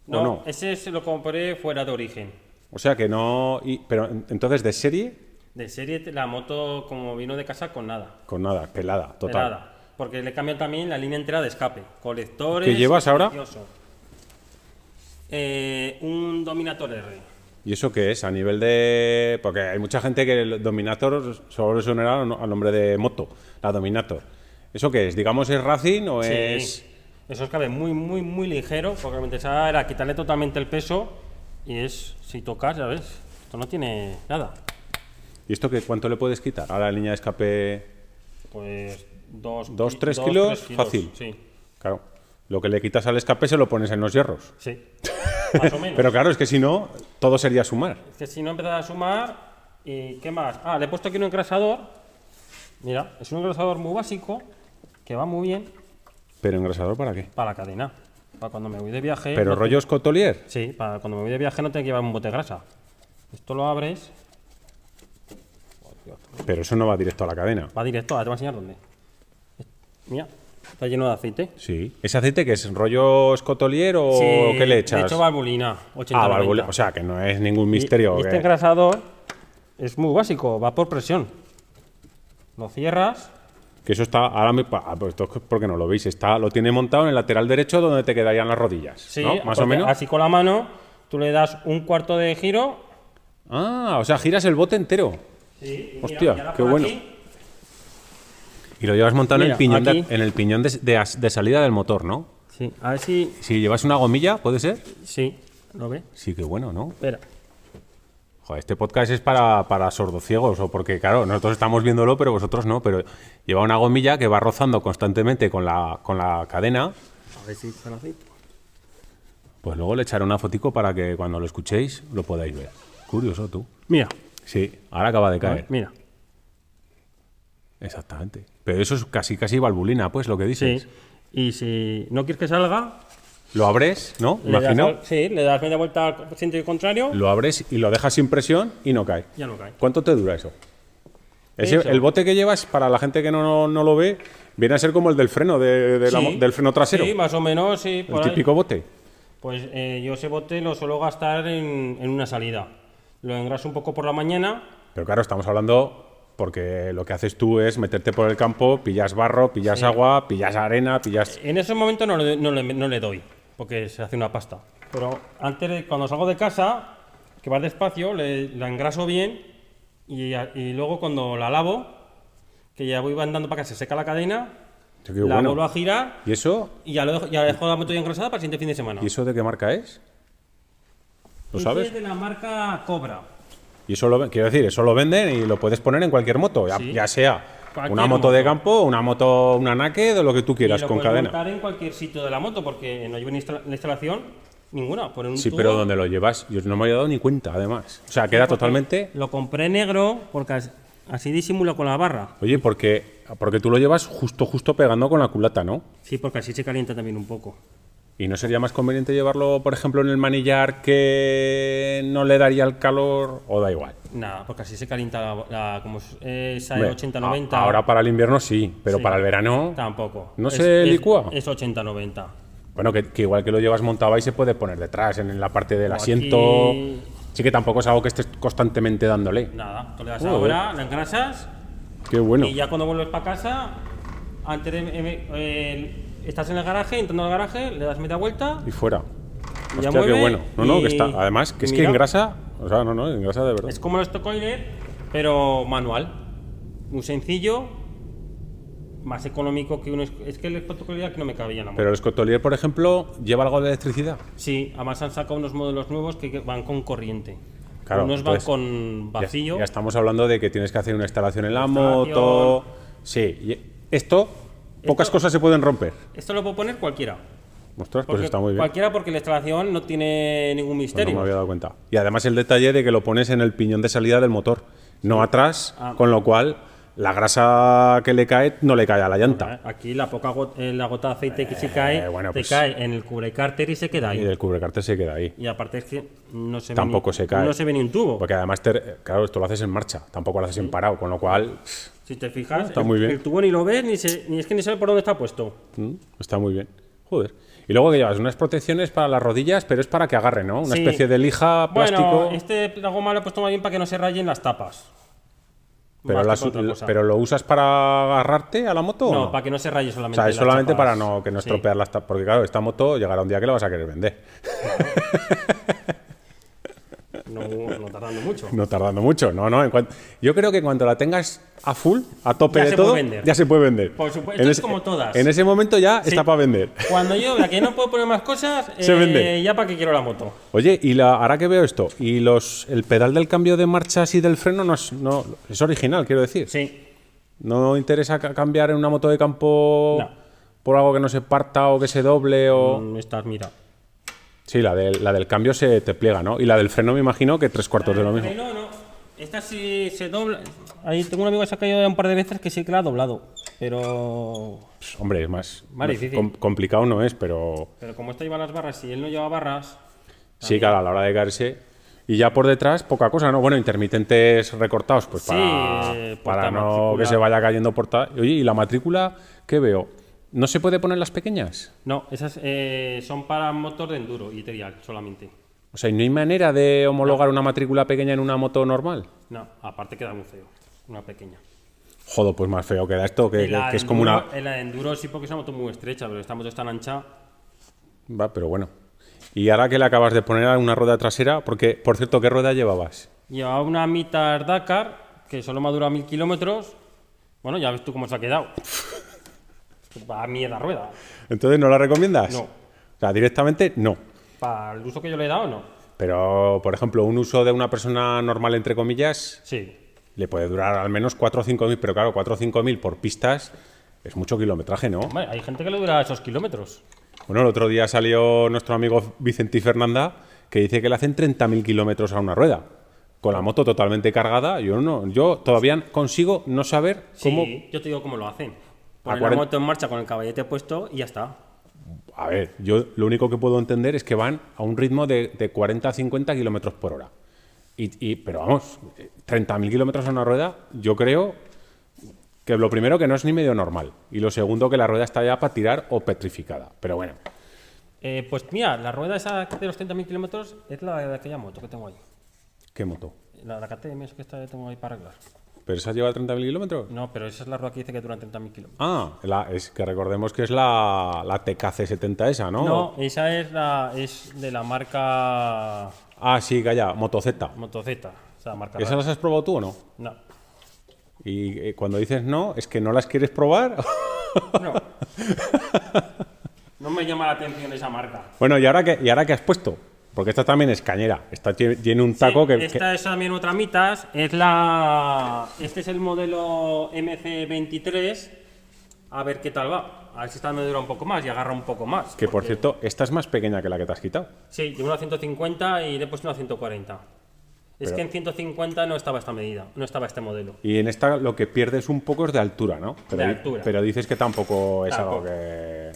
No,
¿O no?
ese se lo compré fuera de origen.
O sea que no... y- pero en- entonces de serie,
De serie te- la moto como vino de casa con nada,
con nada, pelada,
de
total.
nada. Porque le cambian también la línea entera de escape, colectores.
¿Qué llevas ahora?
precioso. Eh, un Dominator R.
¿Y eso qué es? A nivel de... Porque hay mucha gente que el Dominator solo le sonará al nombre de moto, la Dominator. ¿Eso qué es? ¿Digamos es racing o
Sí.
es.?
Pues, Eso es cabe muy, muy, muy ligero, porque lo que me interesaba era quitarle totalmente el peso y es, si tocas, ya ves, esto no tiene nada.
¿Y esto qué, cuánto le puedes quitar a la línea de escape?
Pues dos,
¿Dos,
ki-
tres
dos,
kilos?
tres
Fácil.
Sí,
Claro. Lo que le quitas al escape se lo pones en los hierros.
sí. Más o menos.
Pero claro, es que si no, todo sería sumar.
Es que si no empezas a sumar, ¿y qué más? Ah, le he puesto aquí un engrasador. Mira, es un engrasador muy básico, que va muy bien
¿Pero engrasador para qué?
para la cadena. Para cuando me voy de viaje.
¿Pero
no-
rollos cotolier?
Sí, para cuando me voy de viaje no tengo que llevar un bote de grasa. Esto lo abres,
Pero eso no va directo a la cadena.
va directo, ahora te voy a enseñar dónde. Mira, está lleno de aceite.
Sí. ¿Ese aceite que es rollos cotolier o
Sí,
Oh, qué le
De
echas?
hecho, valvulina. 80
ah, válvula. O sea, que no es ningún misterio.
Y- y
que-
Este engrasador es muy básico, va por presión. Lo cierras
Que eso está, ahora me, pa- ah, pues esto es porque no lo veis, está, lo tiene montado en el lateral derecho donde te quedarían las rodillas,
Sí,
¿no? Más o
porque
menos.
Así con la mano, tú le das un cuarto de giro.
Ah, o sea, giras el bote entero
Sí,
mira, Hostia, y ahora qué por bueno. aquí- y lo llevas montado en
Mira,
el piñón, de,
aquí.
en el piñón de, de as- de salida del motor, ¿no?
Sí, a ver si.
Si llevas una gomilla, ¿puede ser?
Sí, lo ve.
Sí, qué bueno, ¿no?
Espera.
Joder, este podcast es para, para sordociegos, o porque, claro, nosotros estamos viéndolo, pero vosotros no, pero lleva una gomilla que va rozando constantemente con la, con la cadena,
A ver si se lo aceite.
pues luego le echaré una fotico para que cuando lo escuchéis lo podáis ver. Curioso tú.
Mira,
Sí, ahora acaba de
a
caer.
ver, mira.
Exactamente. Pero eso es casi casi valvulina, pues lo que
Sí.
dices.
Y si no quieres que salga,
Lo abres, ¿no?
le das,
Imagino.
al- sí, le das media vuelta al sentido contrario.
Lo abres y lo dejas sin presión y no cae.
Ya no cae.
¿Cuánto te dura eso? Ese-
Eso.
El bote que llevas, para la gente que no, no, no lo ve, viene a ser como el del freno, de- de la
Sí.
mo- del freno trasero.
Sí, más o menos, sí.
el
por ahí.
típico bote.
Pues eh, yo ese bote lo suelo gastar en, en una salida. Lo engraso un poco por la mañana
Pero claro, estamos hablando porque lo que haces tú es meterte por el campo, pillas barro, pillas agua, pillas arena, pillas...
En ese momento no le, no le- no le doy, porque se hace una pasta. Pero antes, de- cuando salgo de casa, que va despacio, le- la engraso bien y, a- y luego cuando la lavo, que ya voy andando para que se seca la cadena,
Qué
la
bueno.
vuelvo a girar
¿Y eso?
y ya, lo dejo, ya dejo la moto ya engrasada para el siguiente fin de semana.
¿Y eso de qué marca es? ¿Lo
Este
sabes?
es de la marca Cobra.
Y eso lo, ven- quiero decir, eso lo venden y lo puedes poner en cualquier moto, ya,
Sí.
ya sea
Cualquier
una moto, de
moto.
campo, una moto, una naked o lo que tú
Y
quieras
lo
con
puedes
cadena.
montar en cualquier sitio de la moto, porque no llevo ni instala- la instalación ninguna. Poner un
Sí,
tubo.
pero donde lo llevas, yo no me había dado ni cuenta, además. O sea, queda totalmente.
Lo compré negro porque as- así disimulo con la barra.
Oye, porque, porque tú lo llevas justo, justo pegando con la culata, ¿no?
Sí, porque así se calienta también un poco.
¿Y no sería más conveniente llevarlo, por ejemplo, en el manillar que no le daría el calor? O da igual.
Nada, porque así se calienta la, la- como es- esa
Hombre, a-
80-90.
Ahora para el invierno sí, pero
Sí.
para el verano.
Tampoco.
¿No se
es-
licúa?
Es, 80-90.
Bueno, que, que igual que lo llevas montado ahí se puede poner detrás, en la parte del
O
asiento.
aquí.
Sí que tampoco es algo que estés constantemente dándole.
Nada, tú le das
Joder.
ahora, la engrasas
Qué bueno.
y ya cuando vuelves para casa, antes de. eh, eh, estás en el garaje, entrando al garaje, le das media vuelta.
Y fuera.
Ya
Hostia, qué
mueve
bueno. No, no,
y-
que está. Además, que es que
Mira.
engrasa. O sea, no, no, engrasa de verdad.
Es como el Stockcoiler, pero manual. Muy sencillo, más económico que uno. Es, es que el Stockcoiler aquí no me cabía en la moto.
Pero el escotolier, por ejemplo, lleva algo de electricidad.
Sí, además han sacado unos modelos nuevos que que van con corriente.
Claro,
Unos
entonces,
van con
Ya-
vacío.
Ya, estamos hablando de que tienes que hacer una instalación en la
Instalación.
moto. Sí. y esto, pocas cosas se pueden romper.
Esto lo puedo poner cualquiera.
Ostras, pues
Porque-
está muy bien.
Cualquiera porque la instalación no tiene ningún
Pues
misterio.
no me había dado cuenta. Y además el detalle de que lo pones en el piñón de salida del motor, no atrás,
Ah.
con lo cual la grasa que le cae no le cae a la llanta.
Ah, Aquí la poca gota, eh, la gota de aceite que se cae,
bueno,
te
pues-
cae en el cubrecárter y se queda
Y
ahí.
el cubrecárter se queda ahí.
Y aparte es que no se
Tampoco
ve ni,
se cae.
No se ve ni un tubo.
Porque además, te- claro, esto lo haces en marcha, tampoco lo haces en parado, con lo cual pff,
si te fijas,
Está
el,
muy bien.
el tubo ni lo ves ni, se- ni es que ni sabe por dónde está puesto.
mm, está muy bien. Joder. Y luego que llevas unas protecciones para las rodillas, pero es para que agarre, ¿no? Una
Sí.
especie de lija, plástico.
Bueno, este la goma lo he puesto más bien para que no se rayen las tapas.
pero,
Más que
las-
para otra cosa.
pero lo usas para agarrarte a la moto. o
no,
no?
para que no se raye
O
solamente.
sea, es
las
solamente
chapas.
para no que no
Sí.
estropear las ta- porque claro, esta moto llegará un día que la vas a querer vender.
no, no tardando mucho.
No tardando mucho, no, no. en cuan- yo creo que cuando la tengas a full, a tope
Ya
de
se
todo,
puede vender.
ya se puede vender.
Por supuesto, es como todas.
En ese momento ya está para vender.
Cuando yo vea que no puedo poner más cosas,
Se
eh,
vende.
ya para qué quiero la moto.
Oye, y la, ahora que veo esto, y los, el pedal del cambio de marchas y del freno no es, no, es original, quiero decir.
Sí.
¿No interesa ca- cambiar en una moto de campo
No.
por algo que no se parta o que se doble o...?
Mm, Estás, mira.
Sí, la del, la del cambio se te pliega, ¿no? Y la del freno me imagino que tres cuartos de lo mismo.
Eh, No, no. Esta sí se dobla. Ahí tengo un amigo que se ha caído ya un par de veces que sí que la ha doblado. Pero.
Pff, Hombre, es más,
Más difícil.
com- complicado no es, pero
Pero como esta lleva las barras y él no lleva barras.
sí, claro, a la hora de caerse. Y ya por detrás, poca cosa, ¿no? Bueno, intermitentes recortados, pues
Sí,
para,
eh,
para
porta
no
matrícula.
que se vaya cayendo por... ta- Oye, ¿y la matrícula qué veo? ¿No se puede poner las pequeñas?
No, esas eh, son para motos de enduro y trial solamente.
O sea, ¿y ¿no hay manera de homologar una matrícula pequeña en una moto normal?
No, aparte queda muy feo. Una pequeña.
Jodo, pues más feo queda esto, que,
Y la
que- que es
de
como una...
enduro- La de enduro sí porque es una moto muy estrecha, pero esta moto es tan ancha. eh.
Va, pero bueno. Y ahora que le acabas de poner a una rueda trasera, porque, por cierto, ¿qué rueda llevabas?
Llevaba una mitad Dakar, que solo me ha durado mil kilómetros. Bueno, ya ves tú cómo se ha quedado. Para mierda rueda.
Entonces, ¿no la recomiendas?
No.
O sea, directamente no.
Para el uso que yo le he dado, no.
Pero, por ejemplo, un uso de una persona normal, entre comillas,
Sí.
le puede durar al menos 4 o 5 mil, pero claro, 4 o 5 mil por pistas es mucho kilometraje, ¿no?
Hombre, hay gente que le dura esos kilómetros.
Bueno, el otro día salió nuestro amigo Vicente Fernanda que dice que le hacen 30.000 kilómetros a una rueda. Con la moto totalmente cargada, yo no, yo todavía consigo no saber
Sí,
cómo.
yo te digo cómo lo hacen.
A
Ponen la
cuaren-
moto en marcha con el caballete puesto y ya está.
A ver, yo lo único que puedo entender es que van a un ritmo de, de 40 a 50 kilómetros por hora. Y, y- pero vamos, eh, 30.000 kilómetros a una rueda, yo creo que lo primero que no es ni medio normal. Y lo segundo que la rueda está ya para tirar o petrificada. Pero bueno,
Eh, pues mira, la rueda esa de los 30.000 kilómetros es la de aquella moto que tengo ahí.
qué moto.
La de la KTM esa que está- tengo ahí para arreglar.
¿Pero esa lleva 30.000 kilómetros?
No, pero esa es la rueda que dice que dura 30.000 kilómetros.
Ah, la- es que recordemos que es la, la TKC70 esa, Ah, ¿no?
No, esa es, la, es de la marca
Ah, sí, calla, Moto Z.
Motoceta. O sea, marca
¿Esas
rara.
las has probado tú o no?
No.
Y eh, cuando dices no, ¿es que no las quieres probar?
No. No me llama la atención esa marca.
bueno, ¿y ahora, que, ¿y ahora que has puesto? Porque esta también es cañera. Esta tie- tiene un taco
Sí,
que, que-
Esta es también otra mitas. Es la. Este es el modelo MC23. A ver qué tal va. A ver si esta me dura un poco más y agarra un poco más.
que, por
Porque-
cierto, esta es más pequeña que la que te has quitado.
Sí, de una 150 y le he puesto una 140. Es
Pero-
que en 150 no estaba esta medida, no estaba este modelo.
Y en esta lo que pierdes un poco es de altura, ¿no? Pero, di-
altura.
pero dices que tampoco es algo
Tampoco.
que...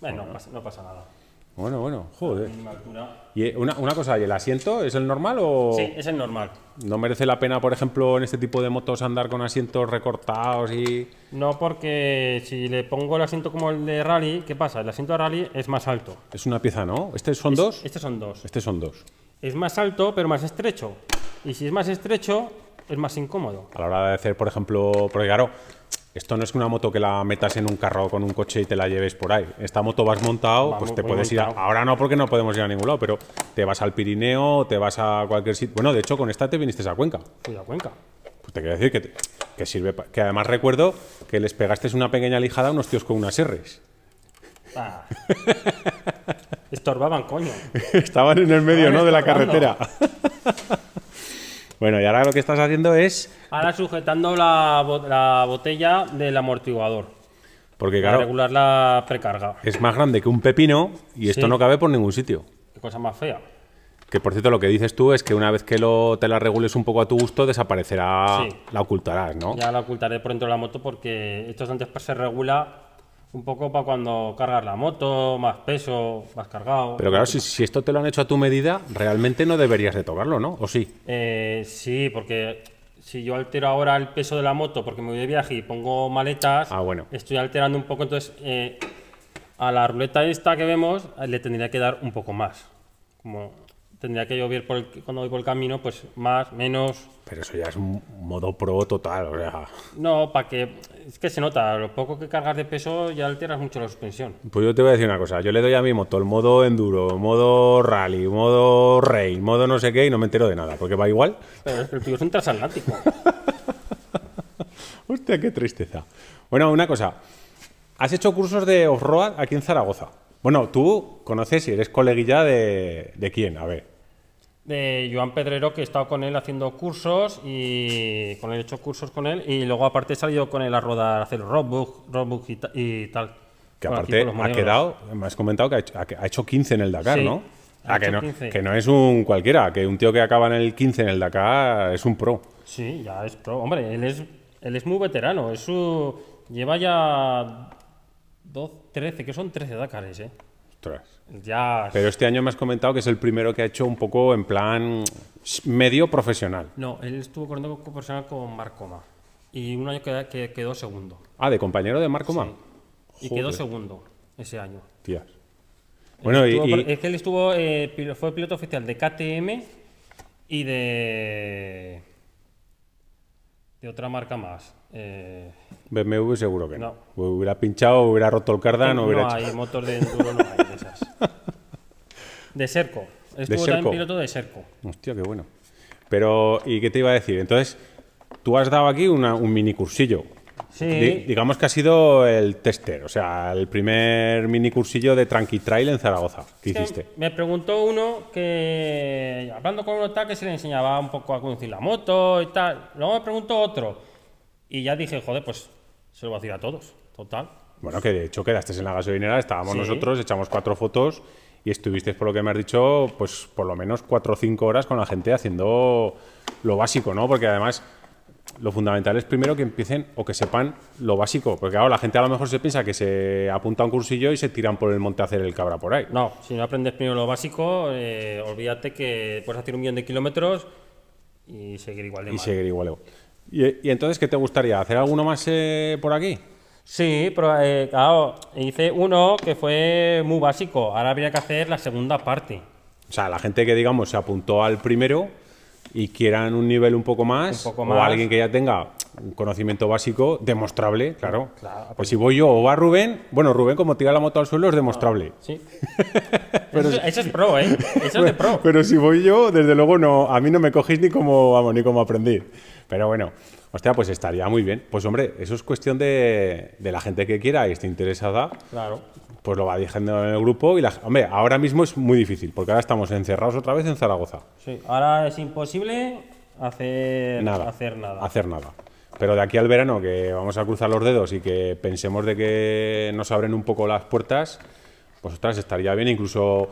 Bueno, Eh, no pasa, no pasa nada.
Bueno, bueno, joder.
Mínima altura.
Y eh, una, una cosa, ¿y el asiento es el normal o...?
Sí, es el normal.
¿No merece la pena, por ejemplo, en este tipo de motos andar con asientos recortados y...?
No, porque si le pongo el asiento como el de rally, ¿qué pasa? El asiento de rally es más alto.
Es una pieza, ¿no? ¿Estos son dos?
Estos son dos.
Estos son dos.
Es más alto, pero más estrecho. Y si es más estrecho, es más incómodo.
A la hora de hacer, por ejemplo, porque claro, esto no es una moto que la metas en un carro con un coche y te la lleves por ahí. Esta moto vas montado,
Vamos,
pues te
voy
puedes ir... a-
montado.
Ahora no, porque no podemos ir a ningún lado, pero te vas al Pirineo, te vas a cualquier sitio... Bueno, de hecho, con esta te viniste a Cuenca.
Cuidado, Cuenca.
Pues te quiero decir que, te- que sirve... pa- Que además recuerdo que les pegaste una pequeña lijada a unos tíos con unas R's.
Ah. Estorbaban, coño.
Estaban en el medio,
Estaban
¿no? De la
estorbando.
carretera. bueno, y ahora lo que estás haciendo es.
Ahora sujetando la, bo- la botella del amortiguador.
Porque,
Para
claro,
regular la precarga.
es más grande que un pepino y esto
Sí.
no cabe por ningún sitio.
Qué cosa más fea.
Que por cierto, lo que dices tú es que una vez que lo, te la regules un poco a tu gusto, desaparecerá,
Sí.
la ocultarás, ¿no?
Ya la ocultaré por dentro de la moto porque esto antes se regula un poco para cuando cargas la moto, más peso, más cargado.
Pero claro, si, si esto te lo han hecho a tu medida, realmente no deberías de tocarlo, ¿no? ¿O sí?
Eh, sí, porque si yo altero ahora el peso de la moto porque me voy de viaje y pongo maletas,
Ah, bueno.
estoy alterando un poco, entonces eh, a la ruleta esta que vemos eh, le tendría que dar un poco más. Como tendría que llover por el- cuando voy por el camino, pues más, menos.
Pero eso ya es un modo pro total, o sea.
No, para que. Es que se nota, lo poco que cargas de peso ya alteras mucho la suspensión.
Pues yo te voy a decir una cosa, yo le doy a mi moto el modo enduro, modo rally, modo rail, modo no sé qué y no me entero de nada, porque va igual.
Pero es que el tuyo es un transatlántico.
Hostia, qué tristeza. Bueno, una cosa, has hecho cursos de off-road aquí en Zaragoza. Bueno, tú conoces y eres coleguilla de, de quién, a ver.
De Joan Pedrero, que he estado con él haciendo cursos y con él he hecho cursos con él. Y luego, aparte, he salido con él a rodar, a hacer roadbook, roadbook y, ta- y tal.
Que
Por aquí,
aparte
por los
ha
maniobras.
quedado, me has comentado que ha hecho, ha que- ha hecho 15 en el Dakar,
Sí,
¿no?
ha
Ah, que
hecho
no,
15.
que no es un cualquiera, que un tío que acaba en el 15 en el Dakar es un pro.
Sí, ya es pro. Hombre, él es, él es muy veterano. Es su- lleva ya. 12, 13, que son 13 Dakares, ¿eh?
Ostras.
Ya.
Pero este año me has comentado que es el primero que ha hecho un poco en plan medio profesional.
No, él estuvo corriendo como profesional con Marcoma. Y un año que, que quedó segundo.
Ah, de compañero de Marco Ma.
Y
Joder,
quedó segundo ese año.
tías. Bueno, y,
Estuvo
y-
por- Es que él estuvo, eh, pil- fue piloto oficial de KTM y de. de otra marca más. Eh,
BMW seguro que no.
No.
Hubiera pinchado, hubiera roto el cardan,
no
hubiera
hay
hecho...
motor de enduro, no hay de esas. De Serco. Estuvo
Serco?
también piloto de Serco.
Hostia, qué bueno. Pero, ¿y qué te iba a decir? Entonces, tú has dado aquí una- un mini cursillo.
Sí.
Di- digamos que ha sido el tester, o sea, el primer mini cursillo de Tranqui Trail en Zaragoza que
Es que
hiciste.
Me preguntó uno que, hablando con uno tal, que se le enseñaba un poco a conducir la moto y tal. Luego me preguntó otro. Y ya dije, joder, pues se lo voy a decir a todos. Total.
Bueno, que de hecho quedaste en la gasolinera, estábamos
Sí.
nosotros, echamos cuatro fotos y estuviste, por lo que me has dicho, pues por lo menos cuatro o cinco horas con la gente haciendo lo básico, ¿no? Porque además lo fundamental es primero que empiecen o que sepan lo básico, porque claro, la gente a lo mejor se piensa que se apunta a un cursillo y se tiran por el monte a hacer el cabra por ahí.
No, si no aprendes primero lo básico, eh, olvídate que puedes hacer un millón de kilómetros y seguir igual de
y
mal.
seguir igual. ¿Y, y entonces qué te gustaría? ¿Hacer alguno más eh, por aquí?
Sí, pero eh, claro, hice uno que fue muy básico. Ahora habría que hacer la segunda parte.
O sea, la gente que, digamos, se apuntó al primero y quieran un nivel un poco más,
Un poco
o
más.
alguien que ya tenga un conocimiento básico demostrable, claro.
Claro,
pues si voy yo o va Rubén, bueno, Rubén como tira la moto al suelo es demostrable.
Sí. eso, eso es pro, ¿eh? Eso es de pro.
Pero si voy yo, desde luego no, a mí no me cogéis ni como vamos, ni como aprendí. Pero bueno, hostia, pues estaría muy bien. Pues hombre, eso es cuestión de, de la gente que quiera y esté interesada.
Claro.
Pues lo va diciendo en el grupo y la, hombre, ahora mismo es muy difícil porque ahora estamos encerrados otra vez en Zaragoza.
Sí, ahora es imposible hacer
nada.
Hacer nada.
Hacer nada. Pero de aquí al verano, que vamos a cruzar los dedos y que pensemos de que nos abren un poco las puertas, pues ostras, estaría bien incluso,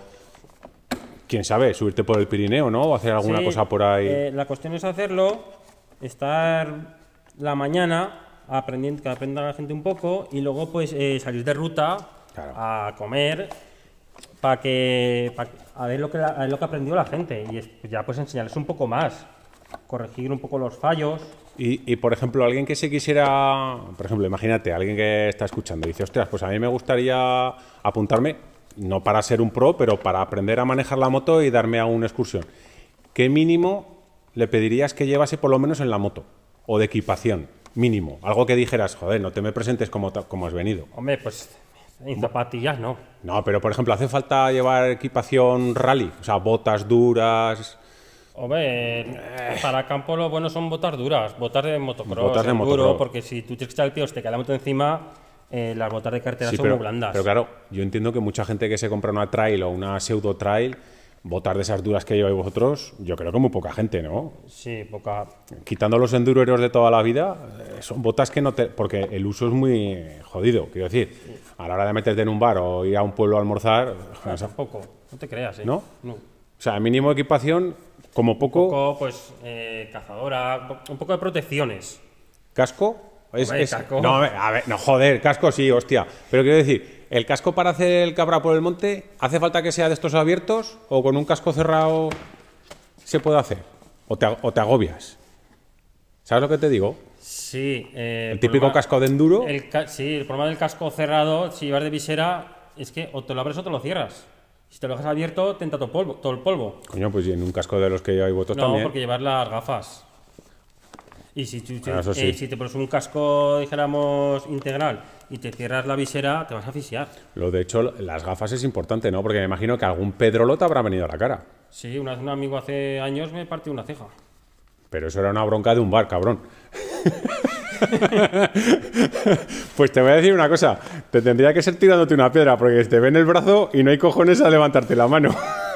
quién sabe, subirte por el Pirineo, ¿no? O hacer alguna
Sí,
cosa por ahí.
eh, la cuestión es hacerlo, estar la mañana aprendiendo, que aprenda la gente un poco y luego pues eh, salir de ruta
Claro.
a comer para que, pa' que- a ver lo que la- a ver lo que aprendió la gente y es- ya pues enseñarles un poco más, corregir un poco los fallos.
Y, y, por ejemplo, alguien que se quisiera, por ejemplo, imagínate, alguien que está escuchando y dice, ostras, pues a mí me gustaría apuntarme, no para ser un pro, pero para aprender a manejar la moto y darme a una excursión. ¿Qué mínimo le pedirías que llevase por lo menos en la moto? O de equipación, mínimo. Algo que dijeras, joder, no te me presentes como, ta- como has venido.
Hombre, pues en zapatillas no.
No, pero por ejemplo, hace falta llevar equipación rally, o sea, botas duras,
Hombre, eh, para campo lo bueno son botas duras, botas de motocross,
Botas de
enduro,
motocross.
porque si tú tienes que echar el pie o te cae la moto encima, eh, las botas de carretera
Sí,
son
pero,
muy blandas.
pero claro, yo entiendo que mucha gente que se compra una trail o una pseudo trail, botar de esas duras que lleváis vosotros, yo creo que muy poca gente, ¿no?
Sí, poca...
Quitando los endureros de toda la vida, eh, son botas que no te. porque el uso es muy jodido, quiero decir. A la hora de meterte en un bar o ir a un pueblo a almorzar, o sea,
tampoco, no te creas, ¿eh?
¿No?
No.
o sea, mínimo equipación, como poco,
Poco, pues, eh, cazadora, un poco de protecciones.
casco. Es,
Hombre,
es-
casco.
No, a ver, a ver, no, joder, casco sí, hostia. Pero quiero decir, ¿el casco para hacer el cabra por el monte hace falta que sea de estos abiertos o con un casco cerrado se puede hacer? ¿O te, ag- o te agobias? ¿Sabes lo que te digo?
Sí. eh,
El típico casco de enduro.
el ca- sí, el problema del casco cerrado, si llevas de visera, es que o te lo abres o te lo cierras. Si te lo dejas abierto, te entra todo, polvo, todo el polvo.
Coño, pues y en un casco de los que hay votos
No,
también.
porque llevas las gafas. Y si, tú-
Ah, eso
eh,
sí.
si te pones un casco, dijéramos, integral y te cierras la visera, te vas a asfixiar.
Lo de hecho, las gafas es importante, ¿no? Porque me imagino que algún pedrolota habrá venido a la cara.
Sí, una vez un amigo hace años me partió una ceja.
Pero eso era una bronca de un bar, cabrón. pues te voy a decir una cosa, te tendría que ser tirándote una piedra porque te ven el brazo y no hay cojones a levantarte la mano.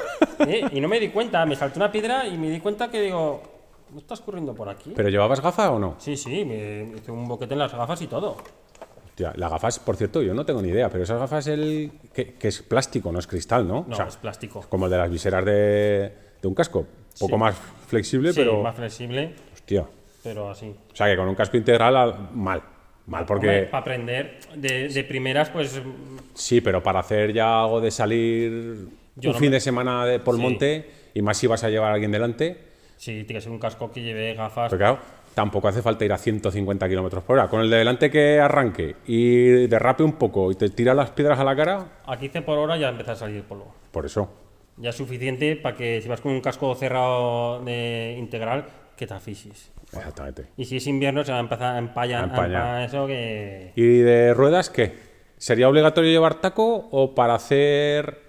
Eh, Y no me di cuenta, me saltó una piedra y me di cuenta que digo, ¿no estás corriendo por aquí?
¿Pero llevabas gafas o no?
Sí, sí, me me hice un boquete en las gafas y todo.
Hostia, las gafas, por cierto, yo no tengo ni idea, pero esas gafas el que, que es plástico, no es cristal, ¿no?
No,
O sea,
es plástico.
Como el de las viseras de, de un casco, poco
Sí.
más flexible,
Sí,
pero...
más flexible,
Hostia. O
pero así.
sea, que con un casco integral, al- mal. Mal porque...
Para aprender de, de primeras, pues
Sí, pero para hacer ya algo de salir
Yo
un
no
fin
me-
de semana de por
Sí.
monte y más si vas a llevar a alguien delante,
sí, tiene que ser un casco que lleve gafas.
pero claro, tampoco hace falta ir a 150 kilómetros por hora. Con el de delante que arranque y derrape un poco y te tira las piedras a la cara,
A 15 por hora ya empieza a salir polvo.
por eso.
Ya es suficiente para que si vas con un casco cerrado de integral, que te asfixies.
Exactamente.
Y si es invierno, se va a empezar a empallar.
A empañar.
eso que...
¿Y de ruedas qué? ¿Sería obligatorio llevar taco o para hacer...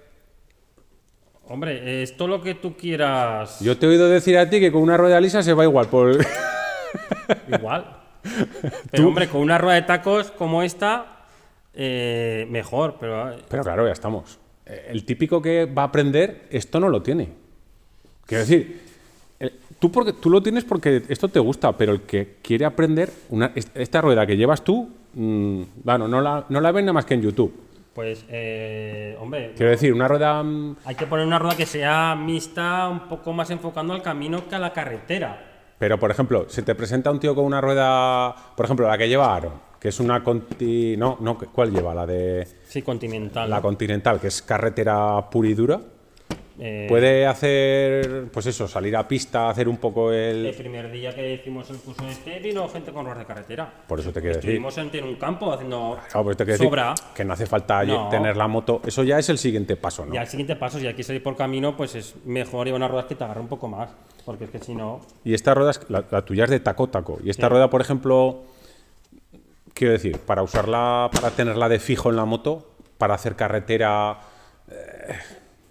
Hombre, es todo lo que tú quieras
Yo te he oído decir a ti que con una rueda lisa se va igual. Por...
igual. Pero hombre, con una rueda de tacos como esta, eh, mejor. Pero eh,
Pero claro, ya estamos. Eh, El típico que va a aprender, esto no lo tiene. Quiero decir, el- tú, porque, tú lo tienes porque esto te gusta, pero el que quiere aprender, una, es- esta rueda que llevas tú, mm, bueno, no la, no la ven nada más que en YouTube.
pues, eh, hombre,
Quiero decir, una rueda... mm,
hay que poner una rueda que sea mixta, un poco más enfocando al camino que a la carretera.
Pero, por ejemplo, se te presenta un tío con una rueda, por ejemplo, la que lleva Aaron, que es una... Conti, no, no, ¿cuál lleva? La de...
Sí, continental.
La continental, que es carretera pura y dura.
Eh,
Puede hacer, pues eso, salir a pista, hacer un poco el...
El primer día que hicimos el curso de este vino gente con ruedas de carretera.
Por eso te quiero decir.
Estuvimos en, en un campo haciendo
Claro, pues te quiero decir
sobra.
que no hace falta lle-
No.
tener la moto. Eso ya es el siguiente paso, ¿no?
Y al siguiente paso, si aquí salir por camino, pues es mejor llevar unas ruedas que te agarre un poco más. Porque es que si no,
Y esta rueda, es- la, la tuya es de taco taco. Y esta rueda, por ejemplo, quiero decir, para usarla, para tenerla de fijo en la moto, para hacer carretera, eh,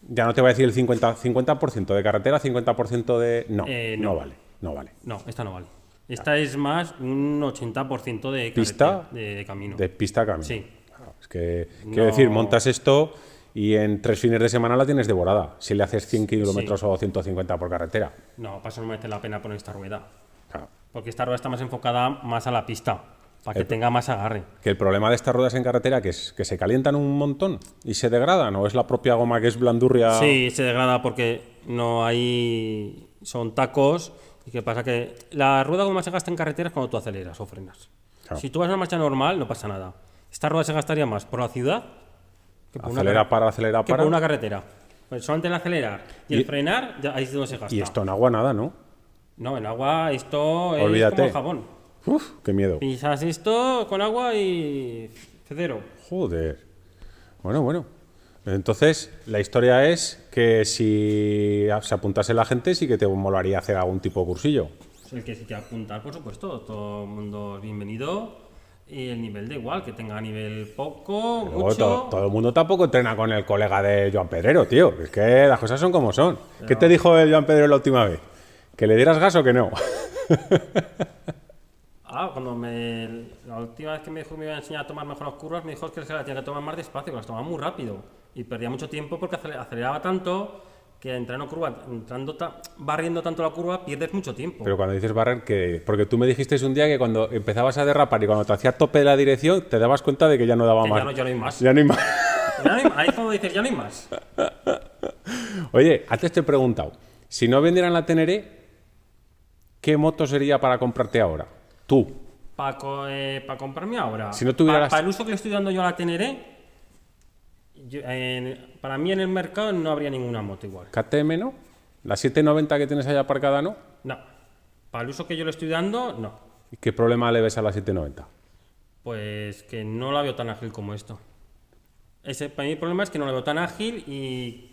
ya no te voy a decir el 50, 50% de carretera, 50% de... No,
Eh,
no.
no.
vale, no vale.
no, esta no vale. Esta es más un 80% de,
¿Pista?
carretera, de, de camino.
De pista a camino.
Sí.
Claro, Es que, quiero
No.
decir, montas esto y en tres fines de semana la tienes devorada, si le haces 100 kilómetros o 150 por carretera.
No, para eso no merece la pena poner esta rueda.
Claro.
Porque esta rueda está más enfocada más a la pista, para que
Eh,
tenga más agarre.
Que el problema de estas ruedas en carretera que es que se calientan un montón y se degradan, o es la propia goma que es blandurria.
Sí, se degrada porque no hay. Son tacos. ¿Y qué pasa? Que la rueda como más se gasta en carreteras cuando tú aceleras o frenas.
Claro.
Si tú vas a una marcha normal, no pasa nada. Esta rueda se gastaría más por la ciudad que por,
Acelera
una,
para, acelera
que
para.
por una carretera. Pues solamente el acelerar y,
Y-
el frenar, ya ahí es donde se gasta.
Y esto en agua nada, ¿no?
No, en agua esto es
Olvídate.
como el jabón.
Uf, qué miedo.
Pisas esto con agua y. Cedero.
Joder. Bueno, bueno. Entonces, la historia es que si se apuntase la gente, sí que te molaría hacer algún tipo de cursillo.
El que sí que apuntar, por supuesto, todo el mundo es bienvenido. Y el nivel da igual, que tenga nivel poco,
Luego,
mucho.
to- todo el mundo tampoco entrena con el colega de Joan Pedrero, tío. Es que las cosas son como son. ¿Qué te dijo el Joan Pedrero la última vez? ¿Que le dieras gas o que no?
Ah, cuando me. La última vez que me dijo que me iba a enseñar a tomar mejor las curvas, me dijo que las tenía que tomar más despacio, que las tomaba muy rápido. Y perdía mucho tiempo porque acele- aceleraba tanto que entrando curva, entrando ta- barriendo tanto la curva, pierdes mucho tiempo.
Pero cuando dices barrer, que porque tú me dijiste un día que cuando empezabas a derrapar y cuando te hacía tope de la dirección, te dabas cuenta de que ya no daba
Que ya
más.
no- ya no hay más.
Ya no hay más.
Ya no hay- ahí es cuando dices, ya no hay más.
Oye, antes te he preguntado, si no vendieran la Teneré, ¿qué moto sería para comprarte ahora? Tú.
Para eh, comprarme ahora.
Si no tuvieras-
Para el uso que le estoy dando yo a la Teneré, yo- en- para mí en el mercado no habría ninguna moto igual.
KTM, ¿no? La 790 que tienes allá aparcada, ¿no?
No. Para el uso que yo le estoy dando, no.
¿Y qué problema le ves a la 790?
Pues que no la veo tan ágil como esto. Ese, para mí el problema es que no la veo tan ágil y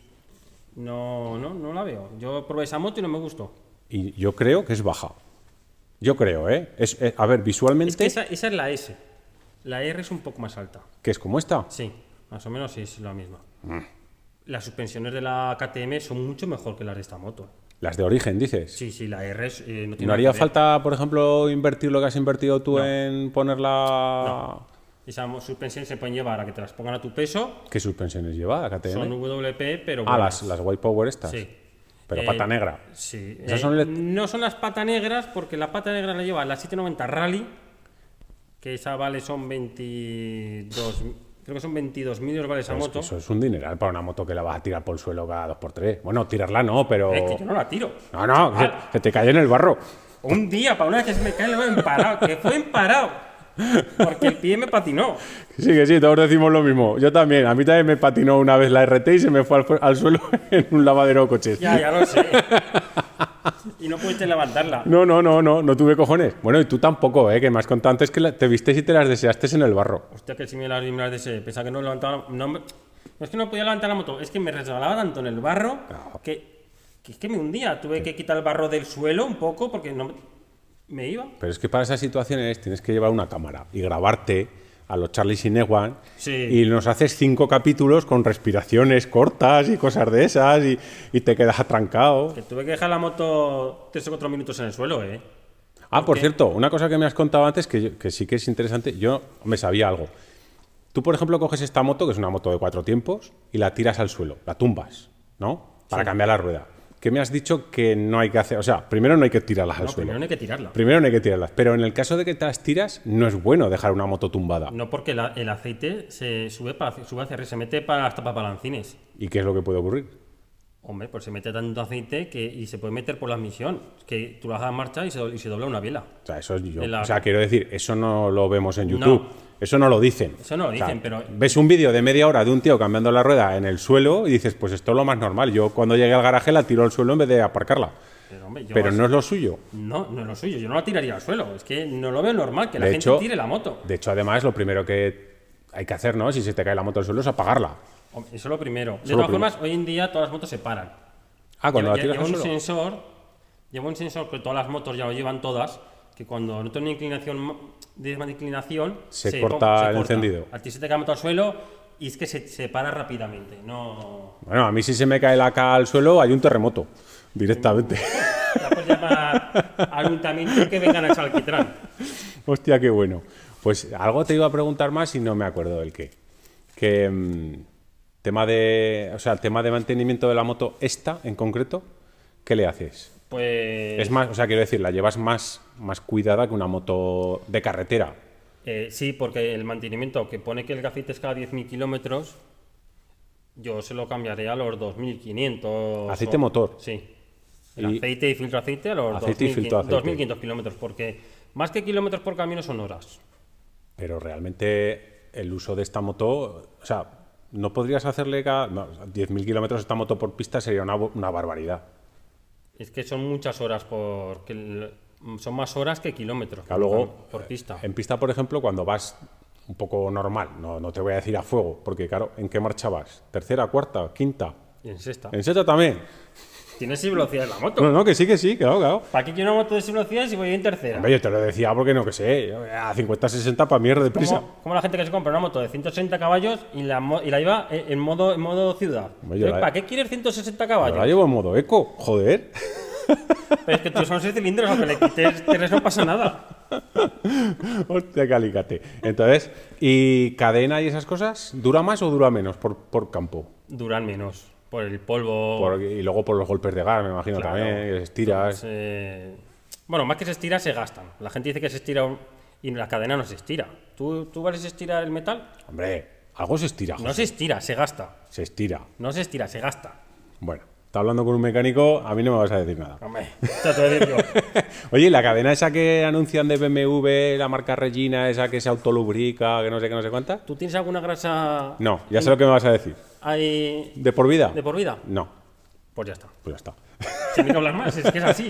No, no, no la veo. Yo probé esa moto y no me gustó.
Y yo creo que es baja. Yo creo, ¿eh? Es, eh, a ver, visualmente,
Es que esa, esa es la S. La R es un poco más alta.
que es como esta.
Sí, más o menos sí, es la misma.
Mm.
Las suspensiones de la KTM son mucho mejor que las de esta moto.
Las de origen, dices.
Sí, sí, la R es, eh, no tiene
¿No haría
nada que ver.
falta, por ejemplo, invertir lo que has invertido tú en ponerla...
Esas mo- suspensiones se pueden llevar a que te las pongan a tu peso.
¿Qué suspensiones lleva la KTM?
Son WP, pero.
ah,
buenas.
las, las White Power estas.
Sí.
Pero
Eh,
pata negra.
Sí.
Esas
Eh,
son elec-
No son las patas negras porque la pata negra la lleva la 790 Rally, que esa vale son 22. Creo que son 22.000 euros vale esa
Pero es que
moto.
eso es un dineral para una moto que la vas a tirar por el suelo cada dos por tres. Bueno, tirarla no, pero...
Es que yo no la tiro.
No, no, que, que te cae en el barro.
Un día, para una vez que se me cae, lo he emparado, que fue emparado. Porque el pie me patinó.
Sí, que sí, todos decimos lo mismo. Yo también. A mí también me patinó una vez la RT y se me fue al, fu- al suelo en un lavadero de coches.
Ya, ya lo sé. Y no pudiste levantarla.
No, no, no, no, no tuve cojones. Bueno, y tú tampoco, ¿eh? Que más has contado antes que la- te vistes y te las deseaste en el barro.
Hostia, que si me las me las deseé. Pensaba que no levantaba. la- No, me- no es que no podía levantar la moto, es que me resbalaba tanto en el barro que, que es que me hundía. Tuve que quitar el barro del suelo un poco porque no me- me iba.
Pero es que para esas situaciones tienes que llevar una cámara y grabarte a los Charlie Sinewan
Sí.
y nos haces cinco capítulos con respiraciones cortas y cosas de esas y, y te quedas atrancado.
Que tuve que dejar la moto 3 o 4 minutos en el suelo, ¿eh?
Ah, por cierto, una cosa que me has contado antes que, yo- que sí que es interesante, yo me sabía algo. Tú, por ejemplo, coges esta moto, que es una moto de cuatro tiempos, y la tiras al suelo, la tumbas, ¿no? Para
Sí.
cambiar la rueda. ¿Qué me has dicho que no hay que hacer? O sea, primero no hay que tirarlas al
No,
suelo.
primero no hay que tirarla.
Primero no hay que tirarlas, pero en el caso de que te las tiras, no es bueno dejar una moto tumbada.
No porque la- el aceite se sube, para, sube hacia arriba, se mete para las tapas balancines.
¿Y qué es lo que puede ocurrir?
Hombre, pues se mete tanto aceite que, y se puede meter por la admisión. Que tú la das a marcha y se, do- y se dobla una biela.
O sea, eso es yo-
En la-
o sea, quiero decir, eso no lo vemos en YouTube.
No.
Eso no lo dicen.
Eso no lo
O sea,
dicen, pero-
Ves un vídeo de media hora de un tío cambiando la rueda en el suelo y dices, pues esto es lo más normal. Yo cuando llegué al garaje la tiro al suelo en vez de aparcarla.
Pero, hombre, yo
Pero
así-
no es lo suyo.
No, no es lo suyo, yo no la tiraría al suelo. Es que no lo veo normal que la
de
gente
hecho,
tire la moto.
De hecho, además, lo primero que hay que hacer, ¿no? Si se te cae la moto al suelo es apagarla.
Hombre, Eso es lo primero. De
Eso es lo
todas
primero.
formas, hoy en día todas las motos se paran.
Ah, cuando
Lleva-
la tiras
lleva
al
un
suelo.
sensor, lleva un sensor que todas las motos ya lo llevan todas, que cuando no tiene una inclinación ma- de más inclinación
Se corta el encendido.
A ti se te cae la moto al suelo y es que se, se para rápidamente. No.
Bueno, a mí si se me cae la K al suelo hay un terremoto directamente.
La puedes llamar al ayuntamiento que vengan a Chalquitrán.
Hostia, qué bueno. Pues algo te iba a preguntar más y no me acuerdo del qué. Que mm, tema de, o sea, el tema de mantenimiento de la moto esta en concreto, ¿qué le haces?
Pues.
Es más, o sea, quiero decir, la llevas más más cuidada que una moto de carretera.
Eh, sí, porque el mantenimiento que pone que el aceite es cada 10.000 kilómetros, yo se lo cambiaré a los 2.500.
Aceite
o-
motor.
Sí. El
Y-
aceite y filtro aceite a los
Aceite y
2.500
filtro aceite.
2.500 kilómetros, porque más que kilómetros por camino son horas.
Pero realmente el uso de esta moto, o sea, no podrías hacerle cada no, o sea, 10.000 kilómetros esta moto por pista sería una, bo- una barbaridad.
Es que son muchas horas por... que el- son más horas que kilómetros
Claro, luego, eh,
por, por pista.
En pista, por ejemplo, cuando vas un poco normal, no, no te voy a decir a fuego, porque claro, ¿en qué marcha vas? ¿Tercera, cuarta, quinta?
Y en sexta.
¿En sexta también?
Tienes seis velocidades la moto.
No, no, que sí, que sí, claro, claro.
¿Para qué quiero una moto de seis velocidades si voy en tercera?
Hombre, yo te lo decía porque no que sé, a 50, 60 para mierda de prisa.
Como, como la gente que se compra una moto de 160 caballos y la, mo- y la lleva eh, en en modo, en modo ciudad.
Hombre, yo
Pero
la-
¿Para qué quieres 160
Yo la
caballos?
llevo en modo eco, joder.
Pero es que tú son 6 cilindros, aunque le quites 3 no pasa nada.
Hostia, que alicate. Entonces, ¿y cadena y esas cosas? ¿Dura más o dura menos por, por campo?
Duran menos por el polvo.
Por- y luego por los golpes de gas, me imagino
Claro.
también, que se estiras.
se- Bueno, más que se estira, se gastan. La gente dice que se estira un- y la cadena no se estira. ¿Tú, tú vas y se estira el metal?
Hombre, algo se estira,
No
José.
se estira, se gasta.
se estira.
No se estira, se gasta.
Bueno, está hablando con un mecánico, a mí no me vas a decir nada.
Hombre, esto te lo digo yo.
Oye, ¿y la cadena esa que anuncian de BMW, la marca Regina, esa que se autolubrica, que no sé qué, no sé cuánta.
¿Tú tienes alguna grasa
No, ya sé lo que me vas a decir.
ahí
¿De por vida?
de por vida?
No,
Pues ya está.
pues ya está.
Tiene que hablar más, es que es así.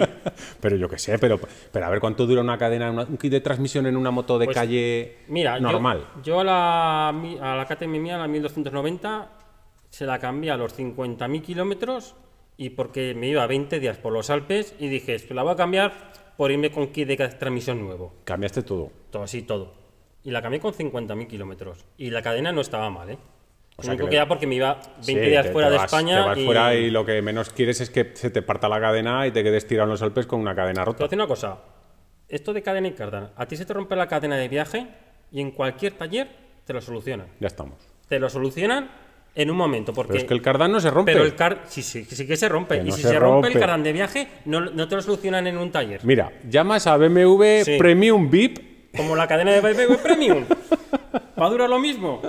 Pero yo qué sé, pero, pero a ver cuánto dura una cadena, una- un kit de transmisión en una moto de
Pues,
calle
Mira, yo-
normal.
Yo, a la mi- a la KTM mía, a la 1290, se la cambié a los 50.000 kilómetros y porque me iba 20 días por los Alpes y dije, esto la voy a cambiar por irme con kit de transmisión nuevo.
Cambiaste todo.
Todo así, todo. Y la cambié con 50.000 kilómetros. Y la cadena no estaba mal, ¿eh?
O
Lo
sea
único
que
que,
le-
ya porque me iba 20
Sí,
días
te-
fuera
te
de
vas-
España.
Te vas
y...
fuera y lo que menos quieres es que se te parta la cadena y te quedes tirado en los Alpes con una cadena
Te voy a
rota.
decir una cosa. Esto de cadena y cardana. A ti se te rompe la cadena de viaje y en cualquier taller te lo solucionan.
Ya estamos.
Te lo solucionan en un momento. Porque
Pero es que el cardán no se rompe.
Pero el car sí, sí, sí que se rompe.
Que
y
no
si
se
se, rompe,
rompe.
el cardán de viaje, no, no te lo solucionan en un taller.
Mira, llamas a BMW
Sí.
Premium VIP,
Como la cadena de BMW Premium. Va a durar lo mismo.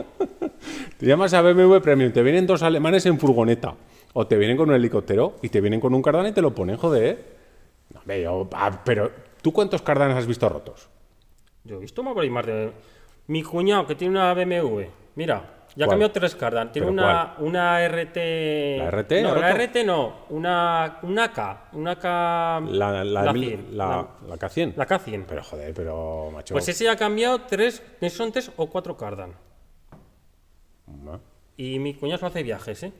te llamas a BMW Premium, te vienen dos alemanes en furgoneta o te vienen con un helicóptero y te vienen con un cardán y te lo ponen, joder. ¿eh? No, hombre, yo- ah, pero ¿tú cuántos cardanes has visto rotos?
Yo he visto más por ahí más de. Mi cuñado que tiene una BMW. Mira, ya
¿Cuál?
cambió tres cardan. Tiene
¿Pero
una, una RT. ¿La
RT?
No, la
¿Roto?
RT no. Una, una K. Una K.
La, la,
la
mil-
100,
la- la K100.
la K100.
Pero joder, pero macho.
Pues ese ya ha cambiado tres. Son tres o cuatro cardan.
¿no?
Y mi cuñado solo hace viajes, ¿eh?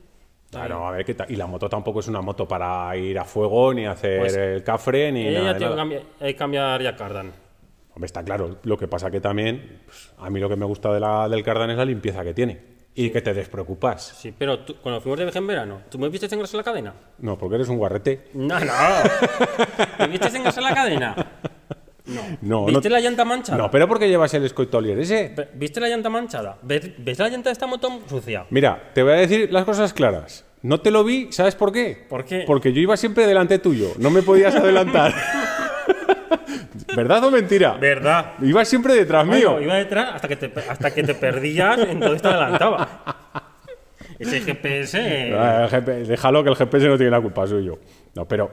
Claro, a ver qué tal. Y la moto tampoco es una moto para ir a fuego, ni hacer
Pues,
el cafre, ni
Ella
nada.
ya
de
tiene que
nada.
cambiar, hay que cambiar ya cardan.
Hombre, está claro. Lo que pasa que también, pues, a mí lo que me gusta de la, del Cardan es la limpieza que tiene. Y que te despreocupas.
Sí, pero tú, cuando fuimos de viaje en verano, ¿tú me viste engrasar la cadena?
No, porque eres un guarrete.
No, no. ¿Me viste engrasar la cadena?
No,
¿Viste
no-
la llanta manchada?
No, pero porque llevas el Scoitolier ese.
Ve- ¿Viste la llanta manchada? ¿Ves, ves la llanta de esta moto sucia?
Mira, te voy a decir las cosas claras. No te lo vi, ¿sabes por qué?
¿Por qué?
Porque yo iba siempre delante tuyo. No me podías adelantar. ¿Verdad o mentira?
¿Verdad?
Ibas siempre detrás mío.
iba detrás hasta que te, hasta que te perdías, entonces te adelantaba. Ese GPS.
Ah, el GP déjalo que el GPS no tiene la culpa suyo. No, pero,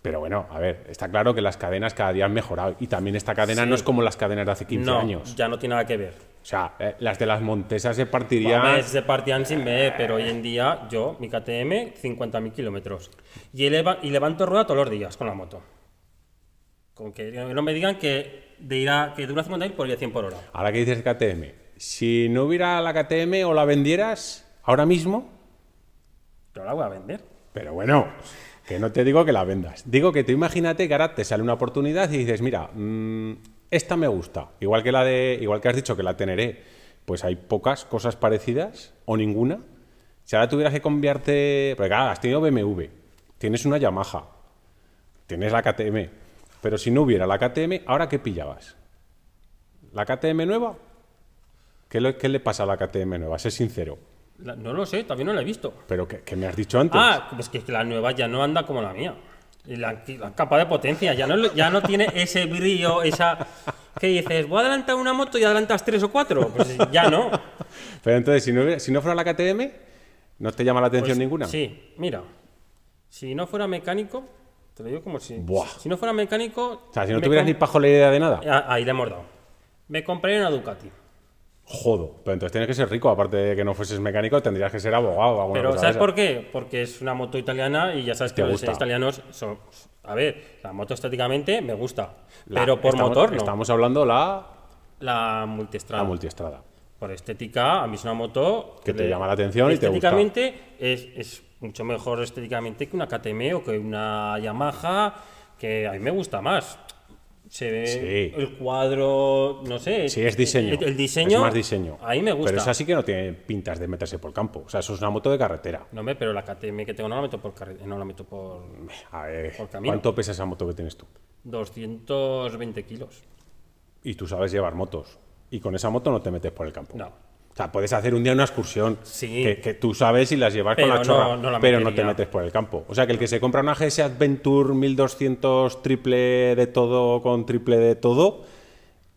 pero bueno, a ver, está claro que las cadenas cada día han mejorado. Y también esta cadena
Sí.
no es como las cadenas de hace 15
no,
años.
ya no tiene nada que ver.
O sea, eh, las de las Montesas se
A
partirían.
veces se partían sin ver, pero hoy en día yo, mi KTM, 50.000 kilómetros. Y, eleva- y levanto rueda todos los días con la moto. Con que no me digan que, de ir a- que dura 50.000 por ir a 100 por hora.
Ahora que dices KTM, si no hubiera la KTM o la vendieras ahora mismo,
Yo la voy a vender.
pero bueno, que no te digo que la vendas. Digo que tú imagínate que ahora te sale una oportunidad y dices, mira, mm, esta me gusta. Igual que la de, igual que has dicho que la teneré, pues hay pocas cosas parecidas o ninguna. Si ahora tuvieras que cambiarte, porque claro, has tenido BMW, tienes una Yamaha, tienes la KTM, pero si no hubiera la KTM, ¿ahora qué pillabas? ¿La KTM nueva? ¿Qué le, qué le pasa a la KTM nueva? Sé sincero.
La- no lo sé, también no la he visto.
Pero que, que me has dicho antes.
Ah, pues que la nueva ya no anda como la mía. Y la, y la capa de potencia ya no, ya no tiene ese brillo, esa... Que dices, voy a adelantar una moto y adelantas tres o cuatro. Pues ya no.
Pero entonces, si no, hubiera- si no fuera la KTM, ¿no te llama la atención
Pues,
ninguna?
Sí, mira. Si no fuera mecánico, te lo digo como si.
Buah.
Si no fuera mecánico.
O sea, si no
me
tuvieras
com-
ni pajo la idea de nada,
Ah, Ahí le hemos dado. Me compré una Ducati.
jodo. Pero entonces tienes que ser rico, aparte de que no fueses mecánico, tendrías que ser abogado. o alguna
Pero
cosa
¿sabes
de
por
esa.
qué? Porque es una moto italiana y ya sabes
pues Te
que los
gusta.
italianos son. A ver, la moto estéticamente me gusta.
La-
pero por
estamos-
motor no.
Estamos hablando la,
La Multistrada.
la multiestrada.
por estética, a mí es una moto
Que te
le-
llama la atención y te gusta.
Estéticamente es, es mucho mejor estéticamente que una KTM o que una Yamaha, que a mí me gusta más. Se ve
Sí.
el cuadro, no sé.
Sí, es diseño.
El, el diseño.
Es más diseño.
A mí me gusta.
Pero esa sí que no tiene pintas de meterse por campo. O sea, eso es una moto de carretera.
No, hombre, pero la KTM que tengo no la meto por carre- no la meto por
A ver,
Por camino.
¿cuánto pesa esa moto que tienes tú?
220 kilos.
Y tú sabes llevar motos. Y con esa moto no te metes por el campo.
No.
O sea, puedes hacer un día una excursión
Sí.
que, que tú sabes y las llevas
Pero
con la
no-
chorra,
no la
pero no te
metería.
metes por el campo. O sea, que el que se compra una GS Adventure 1200 triple de todo con triple de todo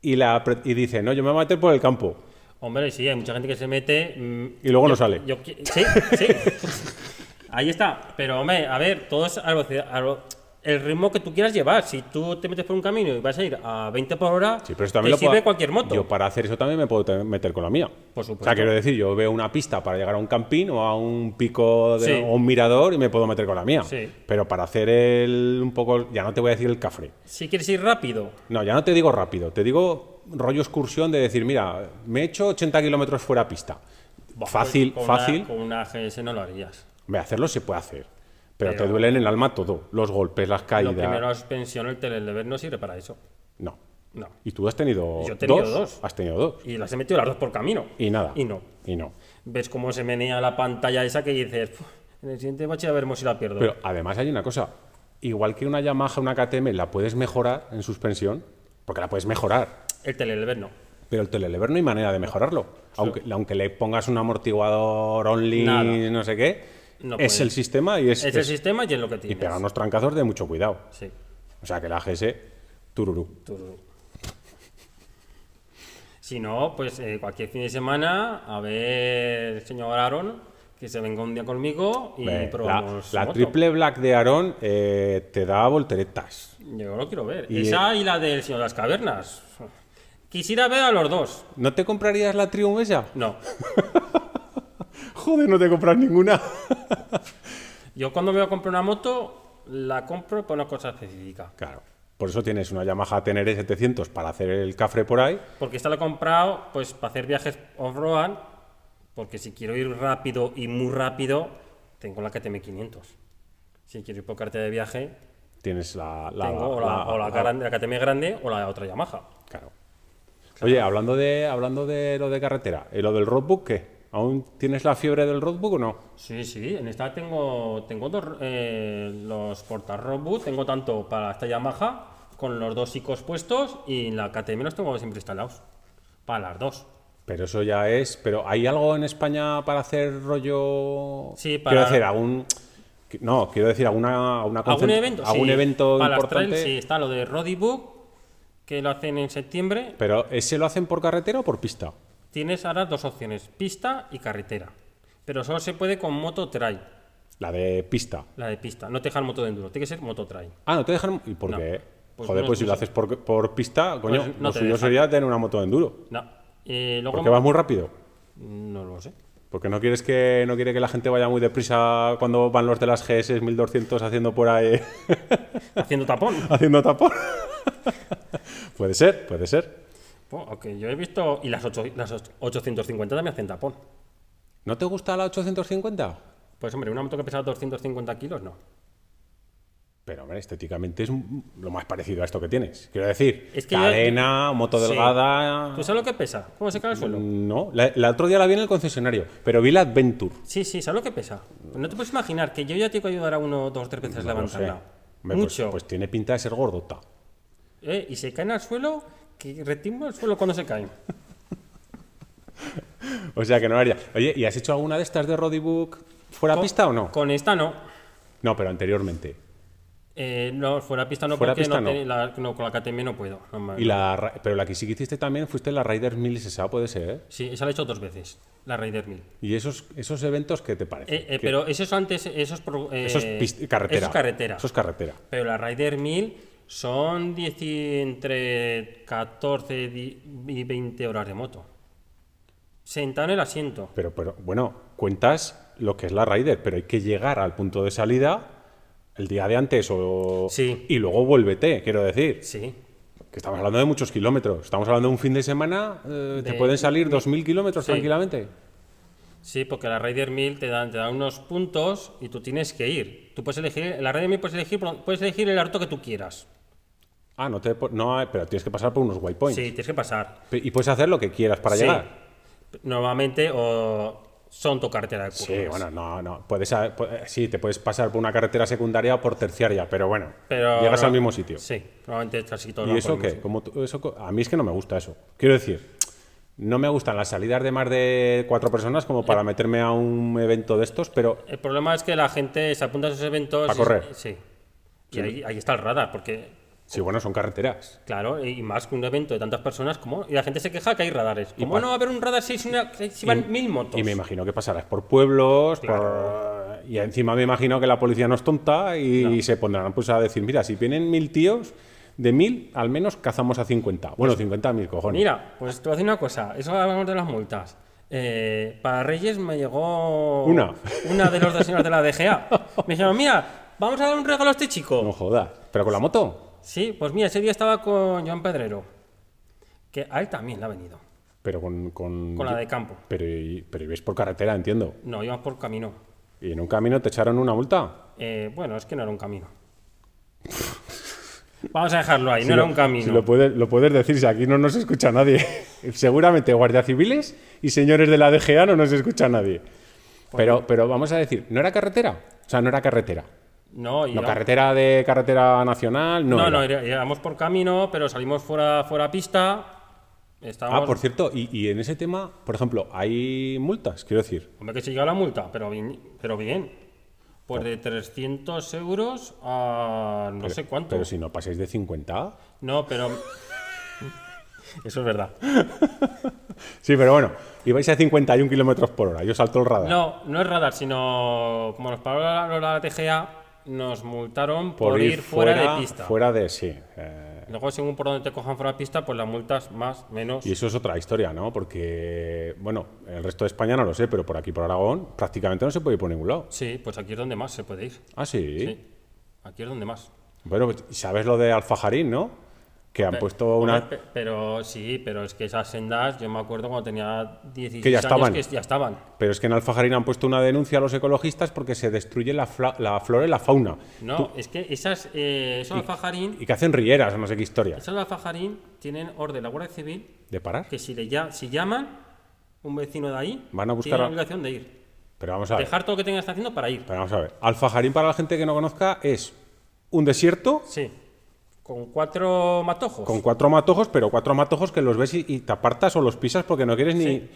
y, la, pre- y dice, no, yo me voy a meter por el campo.
Hombre, sí, hay mucha gente que se mete. mm,
Y luego no
yo-
sale.
yo qui- sí, sí. Ahí está. Pero, hombre, a ver, todo es a velocidad- a lo- el ritmo que tú quieras llevar. Si tú te metes por un camino y vas a ir a 20 por hora,
Sí, pero eso también
te
lo
sirve
puedo-
cualquier moto.
Yo para hacer eso también me puedo te- meter con la mía.
Por
O
supuesto.
sea, quiero decir, yo veo una pista para llegar a un campín o a un pico de,
Sí.
o un mirador y me puedo meter con la mía.
Sí.
Pero para hacer el un poco, ya no te voy a decir el cafre.
Si quieres ir rápido,
No, ya no te digo rápido, te digo rollo excursión de decir, mira, me he hecho 80 kilómetros fuera pista.
Buah,
Fácil,
pues, con una-
fácil.
con una GS no lo harías.
Ve, hacerlo se puede hacer. Pero,
Pero-
te duele en el alma todo. Los golpes, las
Lo primero, la
caídas.
suspensión, el teledeber no sirve para eso.
No.
No.
Y tú has tenido,
Yo he tenido
dos,
dos.
Has tenido dos.
Y las he metido las dos por camino.
Y nada.
Y no.
Y no.
Ves cómo se menea la pantalla esa que dices, "Puf, en el siguiente bache ya veremos si la pierdo.
Pero además hay una cosa. Igual que una Yamaha, una KTM, la puedes mejorar en suspensión, porque la puedes mejorar.
El teledeber no.
Pero el telelever no hay manera de mejorarlo. Aunque, aunque le pongas un amortiguador only,
Nada.
no sé qué,
No
es
puede.
el sistema y es.
Es, el
es-
sistema y es lo que tienes.
y pega unos trancazos de mucho cuidado.
Sí.
O sea que la GS, tururú.
Tú- Si no, pues eh, cualquier fin de semana, a ver, señor Aaron, que se venga un día conmigo y
Ve, la
probamos.
la
moto.
triple black de Aarón eh, te da volteretas.
Yo lo quiero ver.
Y,
Esa y la del señor de las cavernas. Quisiera ver a los dos.
¿No te comprarías la Triumph esa?
No.
Joder, no te compras ninguna.
Yo cuando me voy a comprar una moto, la compro por una cosa específica.
Claro. Por eso tienes una Yamaha Tenere 700 para hacer el cafre por ahí.
Porque esta la he comprado pues para hacer viajes off-road, porque si quiero ir rápido y muy rápido, tengo la KTM 500. Si quiero ir por carta de viaje,
Tienes la. la-
tengo o la, o la grande- la KTM grande o la otra Yamaha.
Claro. Oye, hablando de, hablando de lo de carretera, ¿y lo del roadbook qué? ¿Aún tienes la fiebre del roadbook o no?
Sí, sí, en esta tengo, tengo dos, eh, los portas Roadbook, tengo tanto para esta Yamaha con los dos icos puestos y en la KTM los tengo siempre instalados. Para las dos.
Pero eso ya es. Pero ¿hay algo en España para hacer rollo?
Sí,
Quiero
para-
decir, algún. No, quiero decir, alguna. alguna
¿Algún
concent-
evento?
algún
sí.
evento
para las
importante.
trails, sí, está lo de Rodibook, que lo hacen en septiembre.
Pero ¿ese lo hacen por carretera o por pista?
Tienes ahora dos opciones, pista y carretera. Pero solo se puede con moto trail,
La de pista.
la de pista. No te dejan moto de enduro, tiene que ser moto trail.
Ah, no te dejan. ¿Y por
No.
qué?
Pues
Joder,
no,
pues si
no
lo
sé.
haces por, por pista, coño,
Pues no
lo
te
suyo
dejan.
sería tener una moto de enduro.
No. Eh, luego-
Porque vas muy rápido.
No lo sé.
Porque no quieres que no quiere que la gente vaya muy deprisa cuando van los de las GS 1200 haciendo por ahí
Haciendo tapón.
haciendo tapón. puede ser, puede ser.
Po, ok, yo he visto. Y las, ocho- las ocho- 850 también hacen tapón.
¿No te gusta la 850?
Pues hombre, una moto que pesa 250 kilos, no.
Pero hombre, estéticamente es un- lo más parecido a esto que tienes. Quiero decir,
Es que yo-
cadena, moto
Sí. Pues
delgada. Mm.
¿Tú sabes lo que pesa? ¿Cómo se cae al suelo?
no, la, la otro día la vi en el concesionario, pero vi la Adventure.
Sí, sí, ¿sabes lo que pesa? Pues No te puedes imaginar que yo ya tengo que ayudar a uno, dos, tres veces
No sé.
levantarla.
Hombre, pues-
Mucho.
pues tiene pinta de ser gordota.
Eh, y se caen al suelo, que retimbra al suelo cuando se caen.
O sea que no haría. Oye, ¿y has hecho alguna de estas de Rodibook fuera
Con-
pista o no?
Con esta no.
No, pero anteriormente.
Eh, no, fuera pista no,
Fuera
porque
pista
no
no.
ten- la- no, con la KTM no puedo. no me-
Y la, ra- pero la que sí que hiciste también fuiste la Raider 1000 SSA, puede ser. ¿eh?
Sí, esa la he hecho dos veces, la Raider 1000.
¿Y esos, esos eventos qué te parecen?
Eh, eh,
¿Qué-
pero esos antes, esos... pro- eh,
eso es pist- carretera.
Eso es carretera.
Eso es carretera.
Pero la Raider 1000 son 10 y- entre 14 di- y 20 horas de moto. Sentado en el asiento.
Pero, pero bueno, cuentas lo que es la Raider, pero hay que llegar al punto de salida el día de antes o...
Sí.
y luego vuélvete, quiero decir.
Sí.
Que estamos hablando de muchos kilómetros. Estamos hablando de un fin de semana, eh, te
De-
pueden salir 2.000 kilómetros
Sí.
tranquilamente.
Sí, porque la Raider 1000 te dan, te dan unos puntos y tú tienes que ir. Tú puedes elegir, en la Raider 1000 puedes elegir, por- puedes elegir el harto que tú quieras.
Ah, no te... po- No, hay- pero tienes que pasar por unos waypoints.
Sí, tienes que pasar.
Pe- Y puedes hacer lo que quieras para
Sí.
llegar.
Normalmente o son tu carretera de curvas.
Sí, bueno, no, no. Puedes, a- pu- eh, sí, te puedes pasar por una carretera secundaria o por terciaria, pero bueno,
Pero
llegas
no-
al mismo sitio.
Sí, normalmente casi todo
¿Y eso qué? Como tú- eso co- a mí es que no me gusta eso. Quiero decir, no me gustan las salidas de más de cuatro personas como para meterme a un evento de estos, pero
El problema es que la gente se apunta a esos eventos.
Pa'
y-
correr.
Sí. Y ahí, ahí está el radar, porque,
sí, bueno, son carreteras.
claro, y más que un evento de tantas personas, como. Y la gente se queja que hay radares.
Y
¿Cómo
pa-
no va a haber un radar si, es una- si van mil motos?
Y me imagino que pasarás por pueblos, por... y encima me imagino que la policía no es tonta y, se pondrán pues, a decir, mira, si vienen mil tíos, de mil al menos cazamos a 50. Bueno, 50 mil cojones.
Mira, pues te voy a decir una cosa. Eso hablamos de las multas. Eh, para Reyes me llegó.
Una.
Una de los dos señores de la DGA. Me dijeron, mira, vamos a dar un regalo a este chico.
No jodas. ¿Pero con la moto?
Sí, pues mira, ese día estaba con Joan Pedrero. Que a él también le ha venido.
Pero con. Con,
Con la de campo.
Pero, y- pero ibais por carretera, entiendo.
No, íbamos por camino.
¿Y en un camino te echaron una multa?
Eh, bueno, es que no era un camino. Vamos a dejarlo ahí, no era un camino.
Si lo, puedes, lo puedes decir, si aquí no nos escucha nadie. Seguramente guardia civiles y señores de la DGA no nos escucha nadie.
Pues
Pero, pero vamos a decir, ¿no era carretera? O sea, no era carretera.
No,
No,
íbamos-
carretera de carretera nacional, no.
no,
era.
no, era- íbamos por camino, pero salimos fuera, fuera pista. Estábamos...
Ah, por cierto, y, y en ese tema, por ejemplo, hay multas, quiero decir.
Hombre, que se llega la multa, pero bien. Pero bien. Pues de 300 euros a no sé cuánto.
Pero si no pasáis de 50.
No, pero. Eso es verdad.
Sí, pero bueno, ibais a 51 kilómetros por hora. Yo salto el radar.
No, no es radar, sino. Como nos paró la, la TGA, nos multaron por, ir, fuera, de pista.
Fuera de, sí. eh,
Luego, según por donde te cojan fuera de pista, pues las multas más, menos.
y eso es otra historia, ¿no? Porque, bueno, el resto de España no lo sé, pero por aquí, por Aragón, prácticamente no se puede ir por ningún lado.
Sí, pues aquí es donde más se puede ir.
Ah, sí.
Sí, Aquí es donde más.
Bueno, pues, sabes lo de Alfajarín, ¿no? Que han
Pe-
puesto Pues una...
Hombre, pe- Pero sí, pero es que esas sendas, yo me acuerdo cuando tenía 16
Que ya estaban.
años que ya estaban.
Pero es que en Alfajarín han puesto una denuncia a los ecologistas porque se destruye la, fla- la flora y la fauna.
No, es que esas, eh, esos alfajarín,
Y que hacen rieras o no sé qué historias.
esos alfajarín tienen orden de la Guardia Civil
¿De parar?
que si le ya, si llaman un vecino de ahí,
Van a buscar
tiene la
a-
obligación de ir.
Pero vamos a ver.
Dejar todo lo que tengas haciendo para ir.
Pero vamos a ver. Alfajarín, para la gente que no conozca, es un desierto
Sí. Con cuatro matojos.
con cuatro matojos, pero cuatro matojos que los ves y, y te apartas o los pisas porque no quieres ni...
Sí.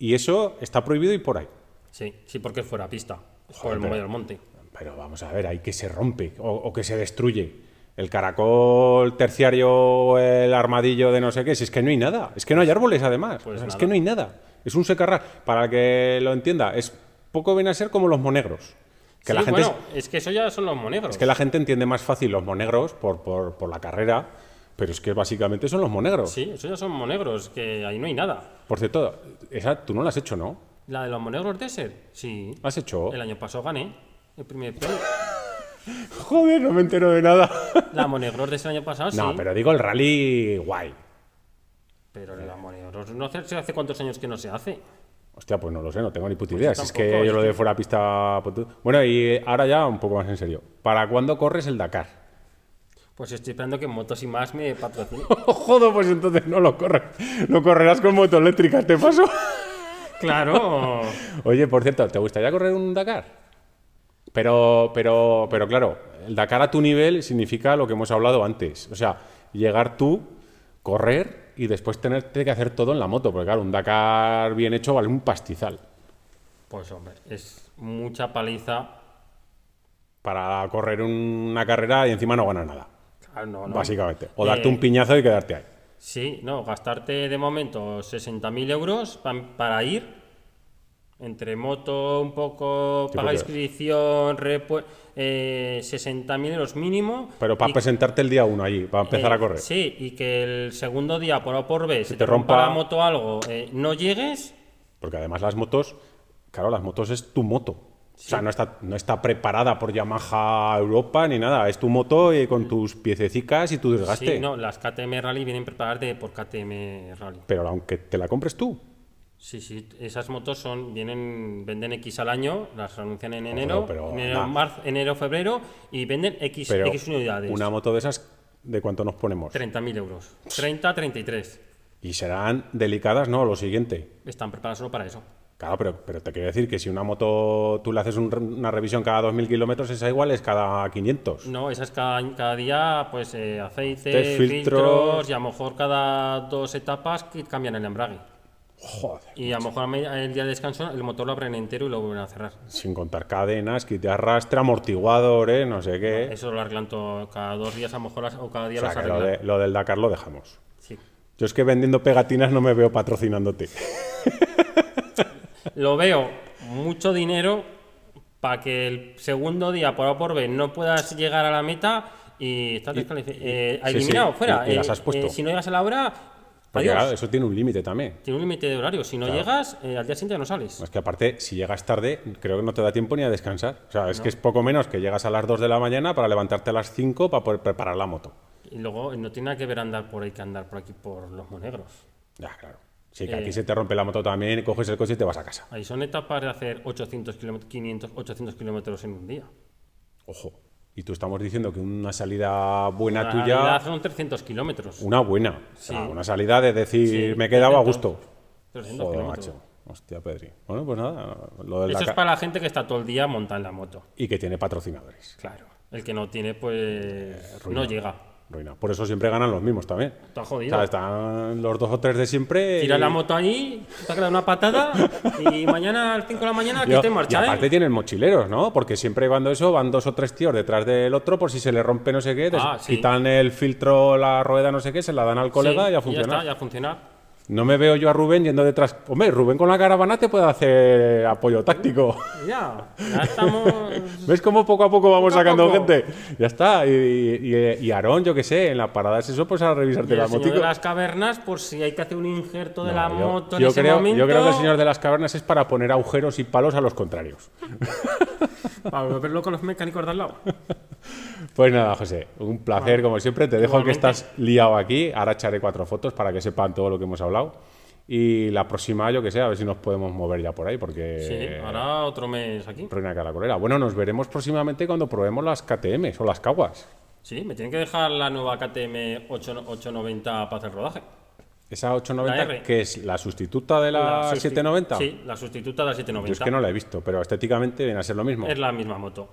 Y eso está prohibido y por ahí.
Sí, sí, porque es fuera pista. por
Joder,
el
pero-
medio del monte.
Pero vamos a ver, hay que se rompe o, o que se destruye. El caracol terciario, el armadillo de no sé qué, si es que no hay nada. Es que no hay árboles, además.
Pues
O sea, es
nada.
que no hay nada. Es un secarral. Para el que lo entienda, es poco viene a ser como los monegros. Que
Sí,
la gente es-
bueno, es... que eso ya son los monegros.
Es que la gente entiende más fácil los monegros por, por, por la carrera, pero es que básicamente son los monegros.
Sí, eso ya son monegros, que ahí no hay nada.
Por cierto, esa tú no la has hecho, ¿no?
La de los monegros Desert, sí.
¿La has hecho?
El año pasado gané el primer premio.
Joder, no me entero de nada.
La monegros Desert el año pasado, sí.
No, pero digo el rally guay.
Pero la monegros no sé si hace cuántos años que no se hace.
Hostia, pues no lo sé, no tengo ni puta
Pues
idea.
yo
Si es que
tampoco,
yo
es
lo de
que-
fuera pista. pues tú- Bueno, y ahora ya un poco más en serio. ¿Para cuándo corres el Dakar?
Pues estoy esperando que Motos y más me patrocine.
Joder, pues entonces no lo corres. Lo correrás con moto eléctrica, te paso.
claro.
Oye, por cierto, ¿te gustaría correr un Dakar? Pero, pero, pero claro, el Dakar a tu nivel significa lo que hemos hablado antes. O sea, llegar tú, correr y después tenerte que hacer todo en la moto. Porque claro, un Dakar bien hecho vale un pastizal.
Pues hombre, es mucha paliza.
Para correr una carrera y encima no ganas nada,
Claro, no, no.
básicamente. O
Eh,
darte un piñazo y quedarte ahí.
Sí, no, gastarte de momento 60.000 euros pa- para ir. Entre moto, un poco,
Sí,
paga
porque-
inscripción, repu- eh, 60.000 euros mínimo.
Pero para
y-
presentarte el día uno allí, para empezar
eh,
a correr.
Sí, y que el segundo día, por A por B, si
te
te, rompa,
rompa-
la moto o algo, eh, no llegues.
Porque además las motos, claro, las motos es tu moto. O sea, no está, no está preparada por Yamaha Europa ni nada. Es tu moto eh, con tus piececicas y tu desgaste.
Mm. Sí, no, las KTM Rally vienen preparadas de- por KTM Rally.
Pero aunque te la compres tú,
Sí, sí, esas motos son, vienen, venden X al año, las anuncian en enero,
Bueno, pero
enero,
na-
marzo, enero, febrero, y venden X,
pero
X unidades.
una moto de esas, ¿de cuánto nos ponemos?
30.000 euros. 30, 33.
Y serán delicadas, ¿no? Lo siguiente.
Están preparadas solo para eso.
Claro, pero, pero te quiero decir que si una moto tú le haces un re- una revisión cada 2.000 kilómetros, esa igual es cada 500.
No, esas cada, cada día, pues eh, aceite,
Test, filtros.
filtros, y a lo mejor cada dos etapas que cambian el embrague.
Joder.
Y a lo mejor a me- el día de descanso el motor lo abren entero y lo vuelven a cerrar.
Sin contar cadenas, kit de arrastre, amortiguadores, ¿eh? no sé qué.
Eso lo arreglan todo, cada dos días a lo mejor las- o cada
O
día
sea,
las
que lo,
arreglan.
de- lo del Dakar lo dejamos.
Sí.
Yo es que vendiendo pegatinas no me veo patrocinándote.
Lo veo mucho dinero para que el segundo día por A o por B no puedas llegar a la meta y estás descalificado.
sí, sí,
eliminado, fuera.
y- y
Eh,
las has puesto.
eh, si no llegas a la hora,
Porque
adiós.
claro, eso tiene un límite también.
Tiene un límite de horario. Si no llegas, eh, al día siguiente no sales.
Es que aparte, si llegas tarde, creo que no te da tiempo ni a descansar. O sea, es que es poco menos que llegas a las 2 de la mañana para levantarte a las 5 para poder preparar la moto.
Y luego eh, no tiene nada que ver andar por ahí que andar por aquí por los monegros.
Ya, claro. Sí, que aquí
Eh.
se te rompe la moto también, coges el coche y te vas a casa.
Ahí son etapas de hacer 800 kilómetros, 500, 800 kilómetros en un día.
Ojo. Y tú estamos diciendo que una salida buena
La
tuya,
realidad son 300 kilómetros.
una buena. O sea,
Sí.
una salida de decir,
Sí,
me he quedado a
300,
gusto.
300
Joder,
kilómetros.
macho. Hostia, Pedri. Bueno, pues nada, lo del
Eso es
Dakar-
para la gente que está todo el día montada en la moto.
Y que tiene patrocinadores.
Claro. El que no tiene, pues
ruina.
no llega.
Ruina. Por eso siempre ganan los mismos también.
Está jodido.
O sea, están los dos o tres de siempre.
Tira
y-
la moto ahí, saca una patada y mañana a las 5 de la mañana que
Yo-
esté en
y
marcha, ¿eh?
aparte tienen mochileros, ¿no? Porque siempre van de eso, van dos o tres tíos detrás del otro por si se le rompe no sé qué, des-
Ah, sí.
quitan el filtro, la rueda, no sé qué, se la dan al colega
Sí,
y a
Ya
funcionar.
está, ya funciona.
No me veo yo a Rubén yendo detrás. Hombre, Rubén con la caravana te puede hacer apoyo táctico.
Ya, ya estamos.
¿Ves cómo poco a poco vamos
Poco a
sacando
poco.
gente? Ya está. Y, y, y Aarón, yo qué sé, en la parada es eso, pues a
Y
revisarte
el
la
señor
motico.
de las cavernas, por si hay que hacer un injerto de la
No, yo-
moto en
yo
ese
creo,
momento.
Yo creo que el señor de las cavernas es para poner agujeros y palos a los contrarios.
Para volverlo con los mecánicos de al lado.
Eh. Pues nada, José, un placer como siempre. Te dejo que
Igualmente.
estás liado aquí. Ahora echaré cuatro fotos para que sepan todo lo que hemos hablado. Y la próxima, yo que sé, a ver si nos podemos mover ya por ahí, porque...
Sí, ahora otro mes aquí.
Reina Caracolera. Bueno, nos veremos próximamente cuando probemos las KTMs o las Caguas.
Sí, me tienen que dejar la nueva KTM 8, 890 para hacer rodaje.
Esa 890,
La R.
que es la sustituta de la,
susti-
790.
Sí, la sustituta de la
Yo es
790.
que no la he visto, pero estéticamente viene a ser lo mismo.
Es la misma moto.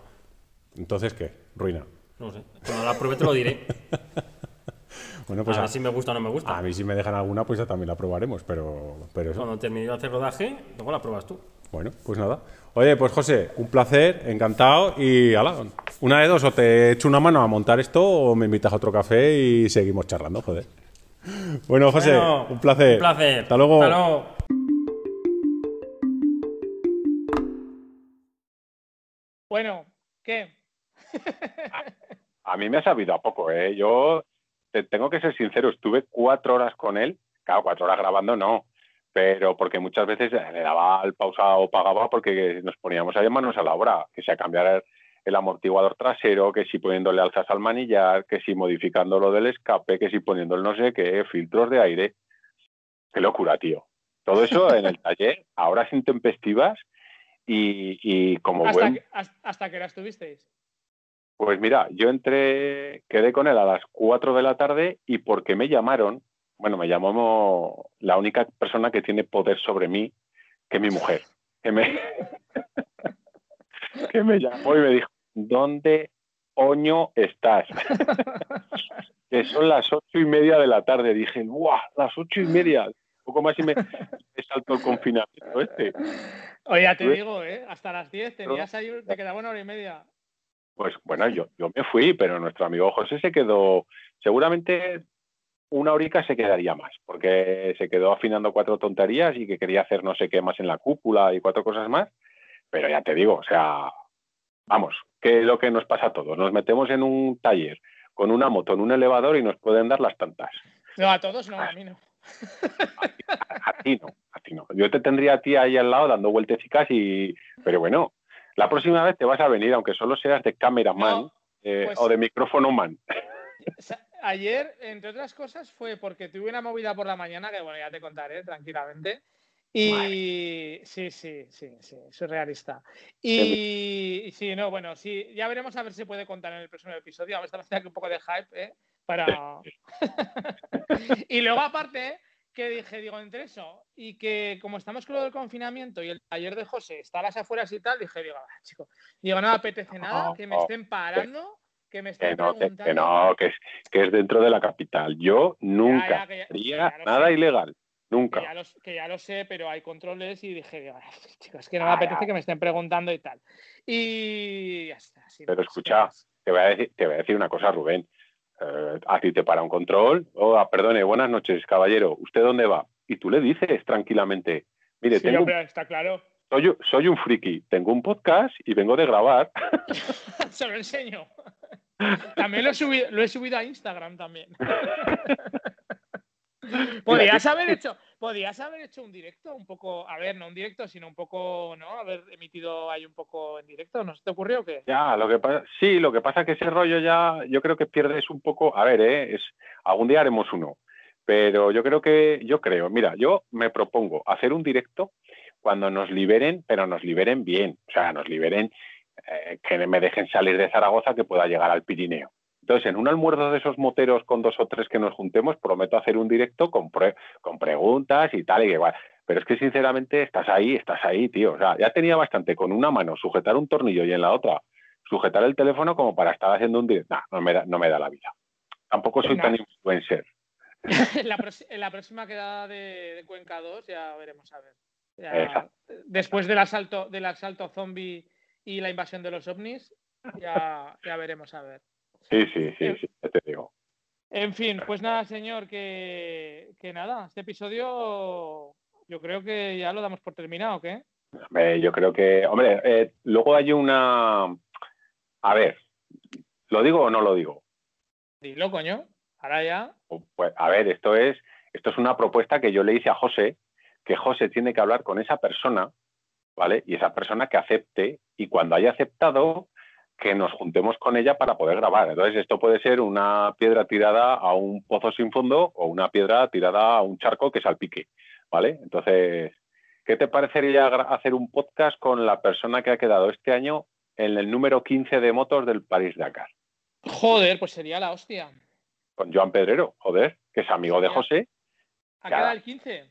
Entonces, ¿qué? Ruina.
No sé. Cuando la pruebe te lo diré.
Bueno, pues
a
a, Ah.
ver si me gusta o no me gusta.
a mí si me dejan alguna, pues ya también la probaremos, pero, pero eso.
Cuando termine de hacer rodaje, luego la pruebas tú.
Bueno, pues nada. Oye, pues José, un placer, encantado y ala, una de dos, o te echo una mano a montar esto o me invitas a otro café y seguimos charlando, joder. Bueno, José,
Bueno,
un placer.
Un placer.
Hasta luego.
Hasta luego.
Bueno, ¿qué?
A mí me ha sabido a poco, ¿eh? Yo te tengo que ser sincero, estuve cuatro horas con él, claro, cuatro horas grabando no, pero porque muchas veces eh, le daba al pausa o pagaba porque nos poníamos ahí manos a la obra, que sea cambiar el- el amortiguador trasero, que si poniéndole alzas al manillar, que si modificando lo del escape, que si poniendo el no sé qué, filtros de aire. Qué locura, tío. Todo eso en el taller, a horas intempestivas y, y como
Hasta,
buen
que, hasta, hasta que la estuvisteis.
pues mira, yo entré, quedé con él a las 4 de la tarde y porque me llamaron, bueno, me llamó la única persona que tiene poder sobre mí, que es mi mujer, que me, que me llamó y me dijo, ¿dónde oño estás? que son las ocho y media de la tarde. Dije, ¡guau! Las ocho y media. Un poco más y me, me salto el confinamiento este.
Oye, ya te
Pues-
digo, ¿eh? Hasta las 10 tenías ahí, te quedaba una hora y media.
Pues bueno, yo, yo me fui, pero nuestro amigo José se quedó, seguramente una horica se quedaría más, porque se quedó afinando cuatro tonterías y que quería hacer no sé qué más en la cúpula y cuatro cosas más, pero ya te digo, o sea, vamos, que es lo que nos pasa a todos, nos metemos en un taller con una moto, en un elevador y nos pueden dar las tantas.
No, a todos no, a mí no.
A ti no, a ti no. Yo te tendría a ti ahí al lado dando vueltecicas y, pero bueno, la próxima vez te vas a venir, aunque solo seas de cameraman
No,
eh,
pues-
o de micrófono man.
Sa- Ayer, entre otras cosas, fue porque tuve una movida por la mañana, que bueno, ya te contaré tranquilamente. Y sí, sí, sí, sí, surrealista. Y sí, no, bueno, sí, ya veremos a ver si puede contar en el próximo episodio. Vamos a hacer aquí un poco de hype, ¿eh? Para... y luego aparte, que dije, digo, entre eso y que como estamos con lo del confinamiento y el taller de José está a las afueras y tal, dije, digo, "Ah, chico, digo, no me apetece nada, que me
no,
estén parando, que me estén
Que no, que,
preguntando.
que no, que es, que es dentro de la capital. Yo nunca
ya, que ya-
haría
ya lo
nada
sé.
ilegal, nunca.
Que ya, los- que ya lo sé, pero hay controles y dije, "Ay, chicos, es que no me
Ah,
apetece
ya.
que me estén preguntando y tal. Y ya está. sin
Pero
más,
escucha,
sin más.
Te, voy a decir, te voy a decir una cosa, Rubén. Eh, a ti te para un control. Oh, ah, perdone, buenas noches, caballero. ¿Usted dónde va? Y tú le dices tranquilamente, mire,
Sí,
tengo, un-
hombre, está claro.
soy, un- soy un friki, tengo un podcast y vengo de grabar.
Se lo enseño. También lo he subido, lo he subido a Instagram también. podrías haber hecho, podrías haber hecho un directo, un poco, a ver, no un directo, sino un poco, ¿no? Haber emitido ahí un poco en directo. ¿No se te ocurrió o qué?
Ya, lo que pasa, sí, lo que pasa es que ese rollo ya, yo creo que pierdes un poco, a ver, ¿eh? es, algún día haremos uno, Pero yo creo que, yo creo, mira, yo me propongo hacer un directo cuando nos liberen, pero nos liberen bien, o sea, nos liberen, eh, que me dejen salir de Zaragoza, que pueda llegar al Pirineo. Entonces, en un almuerzo de esos moteros con dos o tres que nos juntemos, prometo hacer un directo con, pre con preguntas y tal y igual. Pero es que sinceramente estás ahí, estás ahí, tío. O sea, ya tenía bastante con una mano sujetar un tornillo y en la otra sujetar el teléfono como para estar haciendo un directo. Nah, no, me da, no me da la vida. Tampoco soy
Venga.
tan influencer.
la, prox- en la próxima quedada de, de Cuenca 2 ya veremos a ver. Ya-
Exacto.
después del asalto, del asalto zombie y la invasión de los ovnis, ya, ya veremos a ver.
Sí, sí, sí, sí, ya te digo.
En fin, pues nada, señor, que, que nada, este episodio yo creo que ya lo damos por terminado, ¿qué?
Hombre, Eh, yo creo que, hombre, eh, luego hay una... A ver, ¿lo digo o no lo digo?
Dilo, coño. Ahora ya.
Pues, a ver, esto es, esto es una propuesta que yo le hice a José, que José tiene que hablar con esa persona, ¿vale? Y esa persona que acepte, y cuando haya aceptado, que nos juntemos con ella para poder grabar. Entonces, esto puede ser una piedra tirada a un pozo sin fondo o una piedra tirada a un charco que salpique, ¿vale? Entonces, ¿qué te parecería gra- hacer un podcast con la persona que ha quedado este año en el número 15 de motos del París Dakar?
Joder, pues sería la hostia.
Con Joan Pedrero, joder, que es amigo de
Ya.
José.
¿Ha
Ya.
quedado el 15?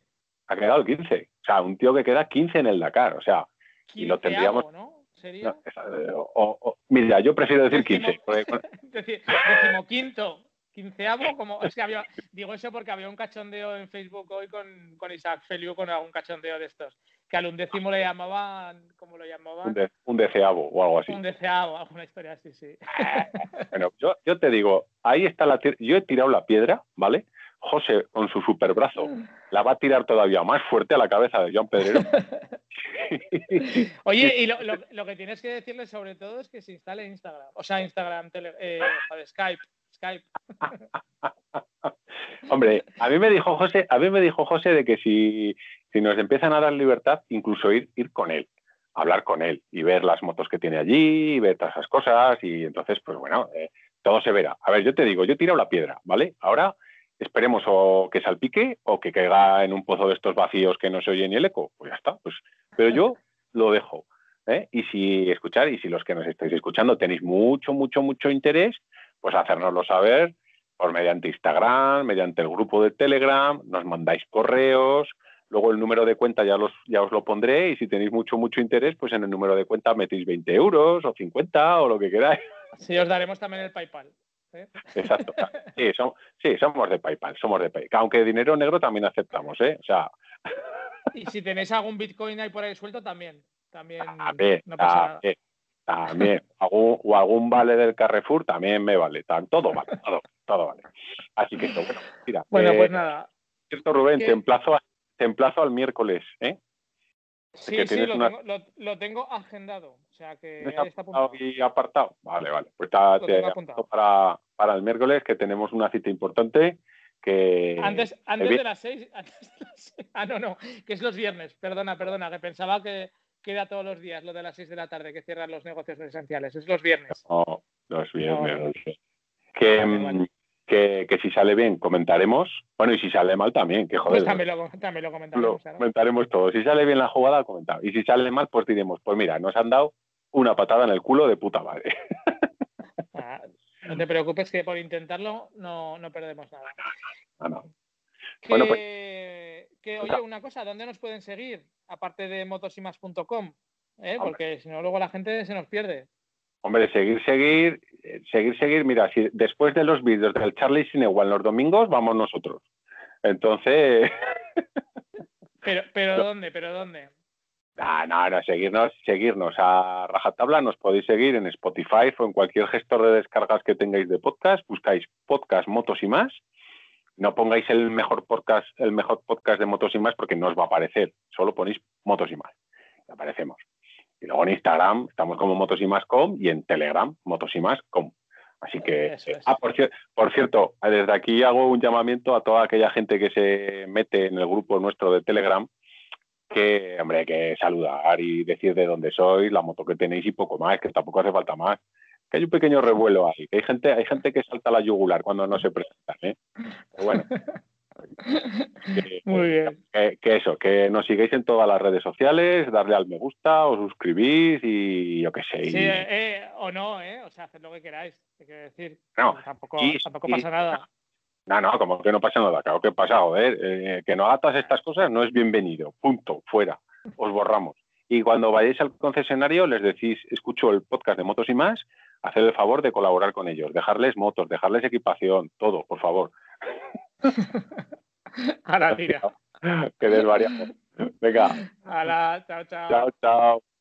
ha quedado el 15. O sea, un tío que queda 15 en el Dakar. O sea, Y lo tendríamos-
15avo, ¿no? Sería.
no, es- o- o- o- mira, yo prefiero decir 15. porque con-
Es decir, decimoquinto, quinceavo, como es que había, digo eso porque había un cachondeo en Facebook hoy con, con Isaac Feliu con algún cachondeo de estos, que al undécimo le llamaban, como lo
Un,
llamaban?
de- un deceavo o algo así.
Un deseado, alguna historia así, sí.
Bueno, yo, yo te digo, ahí está la tir- Yo he tirado la piedra, ¿vale? José, con su superbrazo, la va a tirar todavía más fuerte a la cabeza de Joan Pedrero.
Oye, y lo, lo- lo que tienes que decirle sobre todo es que se instale Instagram, o sea, Instagram, tele- eh, joder, Skype, Skype.
Hombre, a mí me dijo José, a mí me dijo José de que si, si nos empiezan a dar libertad, incluso ir, ir con él, hablar con él y ver las motos que tiene allí, y ver todas esas cosas, y entonces, pues bueno, eh, todo se verá. A ver, yo te digo, yo he tirado la piedra, ¿vale? Ahora esperemos o que salpique o que caiga en un pozo de estos vacíos que no se oye ni el eco. Pues ya está, pues. Pero yo lo dejo. ¿eh? Y si escuchar, y si los que nos estáis escuchando tenéis mucho, mucho, mucho interés, pues hacérnoslo saber por mediante Instagram, mediante el grupo de Telegram, nos mandáis correos, luego el número de cuenta ya, los, ya os lo pondré y si tenéis mucho, mucho interés, pues en el número de cuenta metéis 20 euros o 50 o lo que queráis.
Sí, os daremos también el PayPal.
Exacto. Sí, som- sí, somos de PayPal, somos de PayPal. Aunque dinero negro también aceptamos, ¿eh? O sea,
Y si tenéis algún Bitcoin ahí por ahí suelto, también. También
también,
no pasa nada.
también, también. Algún- o algún vale del Carrefour también me vale. Tan, todo vale, todo, todo vale. Así que esto, bueno, mira.
Bueno,
eh,
pues nada.
cierto, Rubén,
¿Qué?
te emplazo, a- te emplazo al miércoles, ¿eh?
Sí,
que
sí,
tienes
lo,
una-
tengo, lo- lo tengo agendado. O sea que
¿Tienes
ahí Eh, está
apuntado
apuntado.
y apartado? Vale, vale. Pues está,
Lo
te
tengo
apunto
apuntado.
para, para el miércoles que tenemos una cita importante que...
Antes, antes
vi-
de las seis. antes de las seis- Ah, no, no, que es los viernes. Perdona, perdona, que pensaba que queda todos los días lo de las seis de la tarde, que cierran los negocios esenciales. Es los viernes.
No, los viernes.
No, no.
Que,
Vale,
mm,
vale.
que, que si sale bien comentaremos. Bueno, y si sale mal también, que joder.
Pues también lo, también lo
lo
comentaremos. claro.
comentaremos todo. Si sale bien la jugada, comentamos. Y si sale mal, pues diremos, pues mira, nos han dado una patada en el culo de puta madre.
Ah, no te preocupes que por intentarlo no, no perdemos nada.
Ah, no.
Que,
Bueno, pues-
que, oye, una cosa, ¿dónde nos pueden seguir? Aparte de motosimas.com, ¿eh? porque si no, luego la gente se nos pierde.
Hombre, seguir, seguir, eh, seguir, seguir. Mira, si después de los vídeos del Charlie Sinewal los domingos, vamos nosotros. Entonces,
Pero, pero ¿dónde? ¿Pero dónde?
no, ah, no, no, seguirnos, seguirnos a rajatabla. Nos podéis seguir en Spotify o en cualquier gestor de descargas que tengáis de podcast. Buscáis podcast, motos y más. No pongáis el mejor podcast, el mejor podcast de motos y más porque no os va a aparecer. Solo ponéis motos y más. Y aparecemos. Y luego en Instagram estamos como motos y más com y en Telegram motos y más com. Así que,
Eso es.
ah, por, cier- por cierto, desde aquí hago un llamamiento a toda aquella gente que se mete en el grupo nuestro de Telegram, que, hombre, que saludar y decir de dónde sois, la moto que tenéis y poco más, que tampoco hace falta más. Que hay un pequeño revuelo ahí. que Hay gente, hay gente que salta la yugular cuando no se presentan, ¿eh? Pero bueno, Pues que nos sigáis en todas las redes sociales, darle al me gusta, os suscribís y yo qué sé. y-
Sí, eh, eh, o no, ¿eh? O sea, haced lo que queráis. Te quiero decir,
No,
tampoco,
y-
tampoco
y-
pasa nada.
No, no, como que no pasa nada, claro que pasa, joder. eh, que no hagas todas estas cosas no es bienvenido, punto, fuera, os borramos. Y cuando vayáis al concesionario les decís, escucho el podcast de Motos y más, hacer el favor de colaborar con ellos, dejarles motos, dejarles equipación, todo, por favor,
Ahora, tira.
que desvariamos. Venga,
Ahora, chao, chao.
chao, chao.